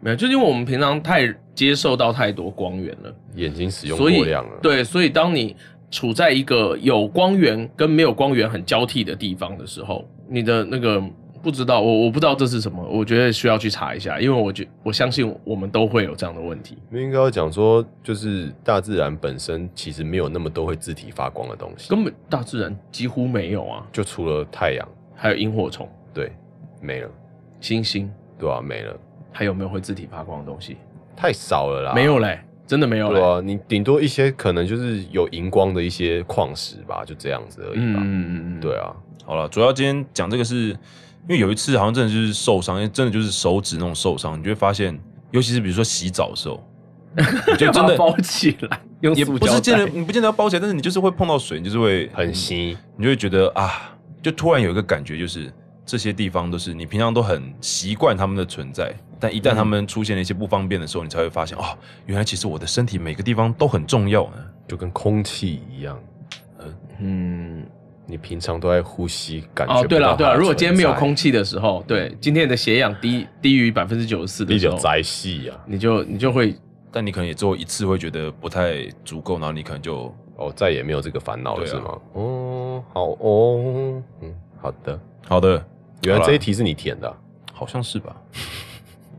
[SPEAKER 1] 没有，就是因为我们平常太接受到太多光源了。
[SPEAKER 3] 眼睛使用过
[SPEAKER 1] 所以
[SPEAKER 3] 量了，
[SPEAKER 1] 对，所以当你处在一个有光源跟没有光源很交替的地方的时候，你的那个不知道，我我不知道这是什么，我觉得需要去查一下，因为我觉我相信我们都会有这样的问题，
[SPEAKER 3] 应该要讲说，就是大自然本身其实没有那么多会自体发光的东西，
[SPEAKER 1] 根本大自然几乎没有啊，
[SPEAKER 3] 就除了太阳，
[SPEAKER 1] 还有萤火虫、
[SPEAKER 3] 对，没了，
[SPEAKER 1] 星星，
[SPEAKER 3] 对啊，没了，
[SPEAKER 1] 还有没有会自体发光的东西？
[SPEAKER 3] 太少了啦，
[SPEAKER 1] 没有嘞，真的没有
[SPEAKER 3] 对
[SPEAKER 1] 嘞。
[SPEAKER 3] 啊，你顶啊多一些可能就是有荧光的一些矿石吧，就这样子而已吧，
[SPEAKER 1] 嗯嗯嗯，
[SPEAKER 3] 对啊，
[SPEAKER 2] 好了，主要今天讲这个是因为有一次好像真的就是受伤，因为真的就是手指那种受伤，你就会发现，尤其是比如说洗澡的时候，你就
[SPEAKER 1] 把
[SPEAKER 2] 真
[SPEAKER 1] 它
[SPEAKER 2] 的
[SPEAKER 1] 包起来，用
[SPEAKER 2] 也
[SPEAKER 1] 塑
[SPEAKER 2] 不
[SPEAKER 1] 胶
[SPEAKER 2] 是见
[SPEAKER 1] 袋
[SPEAKER 2] 得。你不见得要包起来，但是你就是会碰到水，你就是会
[SPEAKER 3] 很稀，
[SPEAKER 2] 你就会觉得啊，就突然有一个感觉，就是这些地方都是你平常都很习惯他们的存在，但一旦他们出现了一些不方便的时候，你才会发现哦，原来其实我的身体每个地方都很重要呢。
[SPEAKER 3] 就跟空气一样，
[SPEAKER 1] 嗯，
[SPEAKER 3] 你平常都在呼吸，感觉
[SPEAKER 1] 哦，对了对了，
[SPEAKER 3] 了，
[SPEAKER 1] 如果今天没有空，气的时候，对，今天你的血氧低低于百分之九十四的
[SPEAKER 3] 你
[SPEAKER 1] 时
[SPEAKER 3] 就
[SPEAKER 1] 候，
[SPEAKER 3] 宅系啊，
[SPEAKER 1] 你就你就会
[SPEAKER 2] 但你可能也只有一次会觉得不太足够，然后你可能就
[SPEAKER 3] 哦，再也没有这个烦恼了
[SPEAKER 2] 对啊
[SPEAKER 3] 是吗？哦，好哦，嗯，好的，
[SPEAKER 2] 好的，
[SPEAKER 3] 原
[SPEAKER 2] 好
[SPEAKER 3] 来
[SPEAKER 2] 啦
[SPEAKER 3] 这一题是你填的啊，
[SPEAKER 2] 好像是吧，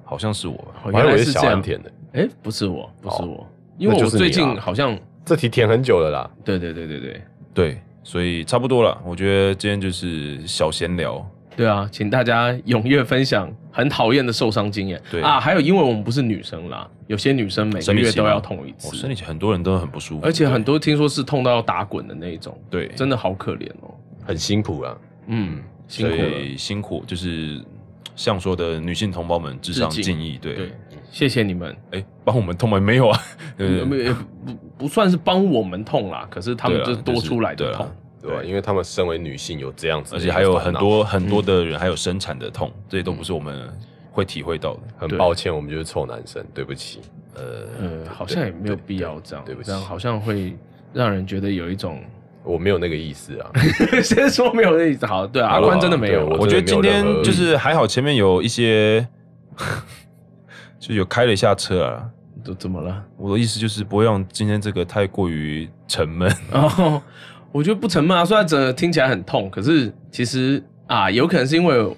[SPEAKER 2] 好像是我吧，
[SPEAKER 1] 哦
[SPEAKER 3] 我还以
[SPEAKER 1] 原来
[SPEAKER 3] 为
[SPEAKER 1] 是
[SPEAKER 3] 小
[SPEAKER 1] 这样
[SPEAKER 3] 安。填的，
[SPEAKER 1] 哎，不是我，不是
[SPEAKER 3] 哦
[SPEAKER 1] 我，因为
[SPEAKER 3] 那
[SPEAKER 1] 我
[SPEAKER 3] 就是你
[SPEAKER 1] 最近
[SPEAKER 3] 啦
[SPEAKER 1] 好像，
[SPEAKER 3] 这题填很久了啦，
[SPEAKER 1] 对对对对对
[SPEAKER 2] 对，所以差不多了。我觉得今天就是小闲聊，
[SPEAKER 1] 对啊，请大家踊跃分享很讨厌的受伤经验。
[SPEAKER 2] 对
[SPEAKER 1] 啊，还有因为我们不是女生啦，有些女生每个
[SPEAKER 2] 生理
[SPEAKER 1] 月
[SPEAKER 2] 期
[SPEAKER 1] 都
[SPEAKER 2] 吗哦
[SPEAKER 1] 要痛一
[SPEAKER 2] 我、
[SPEAKER 1] 次，
[SPEAKER 2] 身体很多人都很不舒服，
[SPEAKER 1] 而且
[SPEAKER 2] 对
[SPEAKER 1] 很多听说是痛到要打滚的那一种，
[SPEAKER 2] 对，
[SPEAKER 1] 真的好可怜哦。
[SPEAKER 3] 很辛苦啦，
[SPEAKER 1] 嗯，辛
[SPEAKER 2] 所
[SPEAKER 1] 苦了，
[SPEAKER 2] 以辛苦，就是像说的女性同胞们致上
[SPEAKER 1] 致敬
[SPEAKER 2] 敬意，对，
[SPEAKER 1] 对，谢谢你们。
[SPEAKER 2] 哎，帮我们痛吗？没有啊， 对
[SPEAKER 1] 没
[SPEAKER 2] 对
[SPEAKER 1] 也不不算是帮我们痛啦，可是他们
[SPEAKER 2] 对啊
[SPEAKER 1] 就是多出来的
[SPEAKER 2] 就是对
[SPEAKER 1] 痛
[SPEAKER 2] 啊。
[SPEAKER 3] 对吧？
[SPEAKER 2] 对
[SPEAKER 3] 因为他们身为女性有这样子的
[SPEAKER 2] 而
[SPEAKER 3] 一个
[SPEAKER 2] 且还
[SPEAKER 3] 烦恼，
[SPEAKER 2] 有嗯很多很多的人还有生产的痛，这些都不是我们会体会到的。
[SPEAKER 3] 很
[SPEAKER 1] 对
[SPEAKER 3] 抱歉，我们就是臭男生，对不起。
[SPEAKER 1] 呃，好像也没有必要这样，
[SPEAKER 3] 对对对不起
[SPEAKER 1] 这样好像会让人觉得有一种
[SPEAKER 3] 我没有那个意思啊，
[SPEAKER 1] 先说没有那意思。好，对啊，阿
[SPEAKER 3] 好了
[SPEAKER 1] 宽真的没有
[SPEAKER 3] 对
[SPEAKER 1] 啦，
[SPEAKER 2] 我觉得今天就是还好，前面有一 些就有开了一下车啊。
[SPEAKER 1] 怎怎么了？
[SPEAKER 2] 我的意思就是不会让今天这个太过于沉闷。
[SPEAKER 1] 然后我觉得不沉闷啊，虽然整个听起来很痛，可是其实啊，有可能是因为。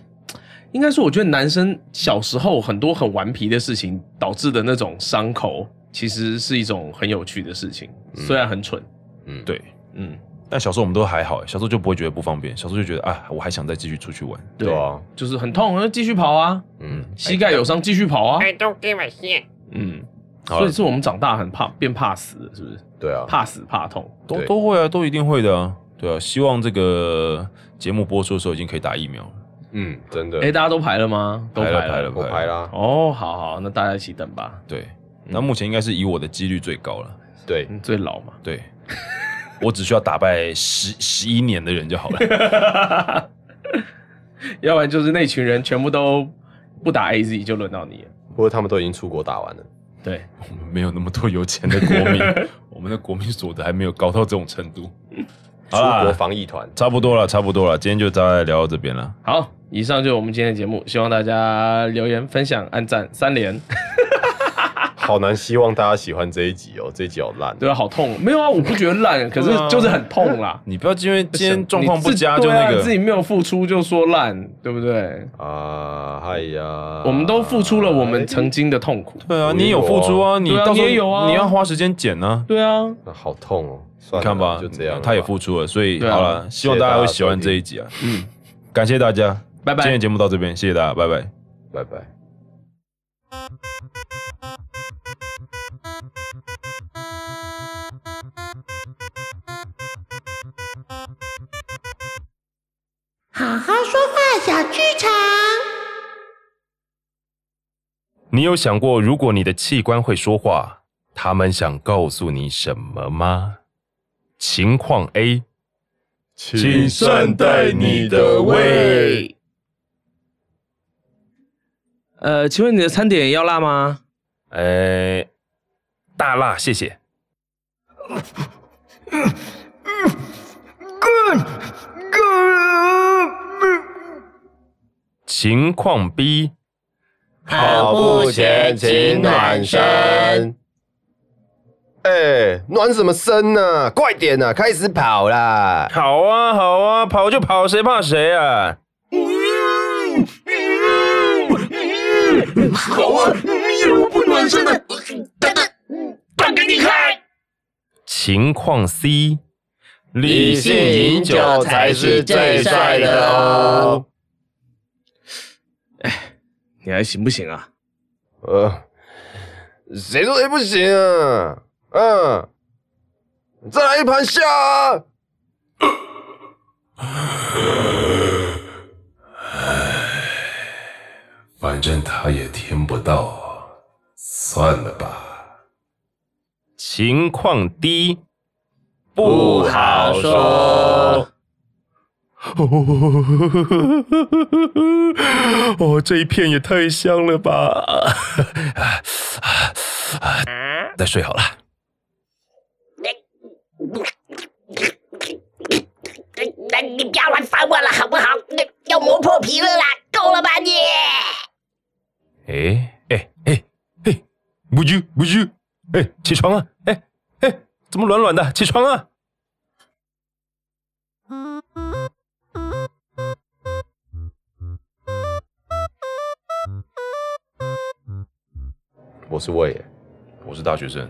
[SPEAKER 1] 应该说，我觉得男生小时候很多很顽皮的事情导致的那种伤口，其实是一种很有趣的事情，虽然很蠢，
[SPEAKER 3] 嗯，
[SPEAKER 2] 对，
[SPEAKER 1] 嗯，
[SPEAKER 2] 但小时候我们都还好、小时候就不会觉得不方便，小时候就觉得啊，我还想再继续出去玩。
[SPEAKER 3] 对啊，
[SPEAKER 1] 就是很痛，那继续跑啊，
[SPEAKER 3] 嗯，
[SPEAKER 1] 膝盖有伤继续跑啊，
[SPEAKER 4] I don't give a shit.
[SPEAKER 1] 嗯，
[SPEAKER 2] 好
[SPEAKER 1] 所
[SPEAKER 2] 了
[SPEAKER 1] 以是我们长大很怕变怕死，是不是？
[SPEAKER 3] 对啊，
[SPEAKER 1] 怕死怕痛，
[SPEAKER 2] 都
[SPEAKER 3] 对
[SPEAKER 2] 都会啊，都一定会的啊，对啊。希望这个节目播出的时候已经可以打疫苗了。
[SPEAKER 3] 嗯，真
[SPEAKER 1] 哎、
[SPEAKER 3] 的，
[SPEAKER 1] 大家都排了吗？都
[SPEAKER 2] 排了
[SPEAKER 1] 排
[SPEAKER 2] 排了
[SPEAKER 3] 我拍啦，
[SPEAKER 1] 哦，好好，那大家一起等吧，
[SPEAKER 2] 对，那目前应该是以我的几率最高了。
[SPEAKER 3] 对，
[SPEAKER 1] 嗯，最老嘛，
[SPEAKER 2] 对， 我只需要打败十十一年的人就好 了。
[SPEAKER 1] 要不然就是那群人全部都不打 AZ 就轮到你了，
[SPEAKER 3] 或者他们都已经出国打完了，
[SPEAKER 1] 对，
[SPEAKER 2] 我们没有那么多有钱的 国民，我们的国民所得还没有高到这种程度。
[SPEAKER 3] 出
[SPEAKER 2] 好啦
[SPEAKER 3] 国防疫团，
[SPEAKER 2] 差不多了，差不多了，今天就大概聊到这边了。
[SPEAKER 1] 好，以上就是我们今天的节目，希望大家留言、分享、按赞三连，
[SPEAKER 3] 好难，希望大家喜欢这一集哦，这一集好烂，
[SPEAKER 1] 对吧、好痛，没有啊，我不觉得烂，可是
[SPEAKER 2] 对啊
[SPEAKER 1] 就是很痛啦。
[SPEAKER 2] 你不要因为今天状况不
[SPEAKER 1] 你自
[SPEAKER 2] 佳就
[SPEAKER 1] 对
[SPEAKER 2] 那
[SPEAKER 1] 啊
[SPEAKER 2] 个
[SPEAKER 1] 自己没有付出就说烂，对不对？
[SPEAKER 3] 啊，哎呀，哎
[SPEAKER 1] 我们都付出了我们曾经的痛苦。
[SPEAKER 2] 对啊，你也有付出啊，你
[SPEAKER 1] 对啊
[SPEAKER 2] 到时
[SPEAKER 1] 你
[SPEAKER 2] 候
[SPEAKER 1] 也有啊
[SPEAKER 2] 你要花时间剪啊。
[SPEAKER 1] 对啊，
[SPEAKER 3] 啊好痛哦，
[SPEAKER 2] 你
[SPEAKER 3] 算了
[SPEAKER 2] 看吧，
[SPEAKER 3] 就这样了吧，
[SPEAKER 2] 他也付出了，所以
[SPEAKER 1] 对啊
[SPEAKER 2] 好了，希望大家会喜欢这一集啊。嗯，感谢大家，
[SPEAKER 1] 拜拜
[SPEAKER 2] 今天节目到这边，谢谢大家，拜拜。
[SPEAKER 3] 拜拜。
[SPEAKER 5] 好好说话小剧场。
[SPEAKER 2] 你有想过，如果你的器官会说话，他们想告诉你什么吗？情况 A，请善待你的胃。
[SPEAKER 1] 呃，请问你的餐点要辣吗？
[SPEAKER 2] 呃，大辣，谢谢。情况 B，
[SPEAKER 3] 好不前请暖身。哎、暖什么身呢、快点呐、开始跑啦！
[SPEAKER 2] 好啊，好啊，跑就跑，谁怕谁啊？情况 C，理
[SPEAKER 4] 性饮酒才是最帅的
[SPEAKER 3] 哦。
[SPEAKER 1] 你还行不行啊？
[SPEAKER 3] 呃，谁说谁哎不行啊？嗯，再来一盘下啊！
[SPEAKER 6] 反正他也听不到啊，算了吧。
[SPEAKER 2] 情况第一，
[SPEAKER 4] 不好说。
[SPEAKER 2] 哦，这一片也太香了吧！ 啊
[SPEAKER 4] 啊
[SPEAKER 2] 再睡好了。
[SPEAKER 4] 那你不要来烦我了，好不好？那要磨破皮了啦，够了吧你？
[SPEAKER 2] 哎哎哎哎，不啾不啾，哎，起床啊！哎哎，怎么软软的？起床啊！
[SPEAKER 3] 我是魏耶，
[SPEAKER 2] 我是大学生，